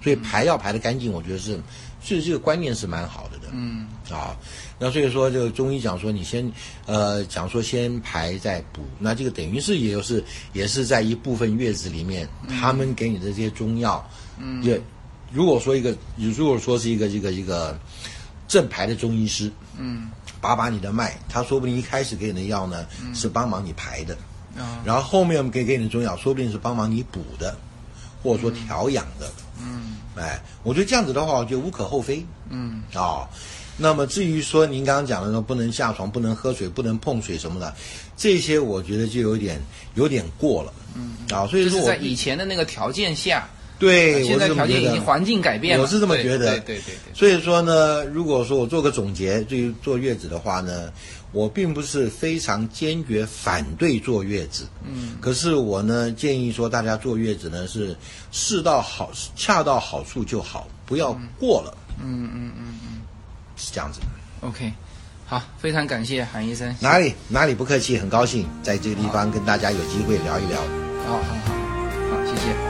Speaker 3: 所以排要排的干净，我觉得是是这个观念是蛮好的的。嗯啊，那所以说这个中医讲说你先呃讲说先排再补，那这个等于是也就是也是在一部分月子里面，他们给你的这些中药，嗯，也如果说一个如果说是一个这个一个正牌的中医师，
Speaker 2: 嗯，
Speaker 3: 把把你的脉，他说不定一开始给你的药呢、是帮忙你排的，
Speaker 2: 啊
Speaker 3: 然后后面给给你的中药，说不定是帮忙你补的，或者说调养的。嗯，哎，我觉得这样子的话，我觉得无可厚非。嗯，哦，那么至于说您刚刚讲的说不能下床、不能喝水、不能碰水什么的，这些我觉得就有点有点过了。嗯，啊、所以
Speaker 2: 就
Speaker 3: 说
Speaker 2: 是
Speaker 3: 我
Speaker 2: 在以前的那个条件下，
Speaker 3: 对，
Speaker 2: 现在
Speaker 3: 我是这
Speaker 2: 条
Speaker 3: 么
Speaker 2: 件
Speaker 3: 觉
Speaker 2: 已
Speaker 3: 得
Speaker 2: 经环境改变了，
Speaker 3: 我是这么
Speaker 2: 对
Speaker 3: 觉得，
Speaker 2: 对对对对，
Speaker 3: 所以说呢，如果说我做个总结，对于坐月子的话呢，我并不是非常坚决反对坐月子，嗯，可是我呢建议说大家坐月子呢是适到好恰到好处就好，不要过了，嗯嗯嗯嗯，是这样子。
Speaker 2: OK，好，非常感谢韩医生。
Speaker 3: 哪里哪里不客气，很高兴在这个地方跟大家有机会聊一聊。
Speaker 2: 哦好好好，好，谢谢。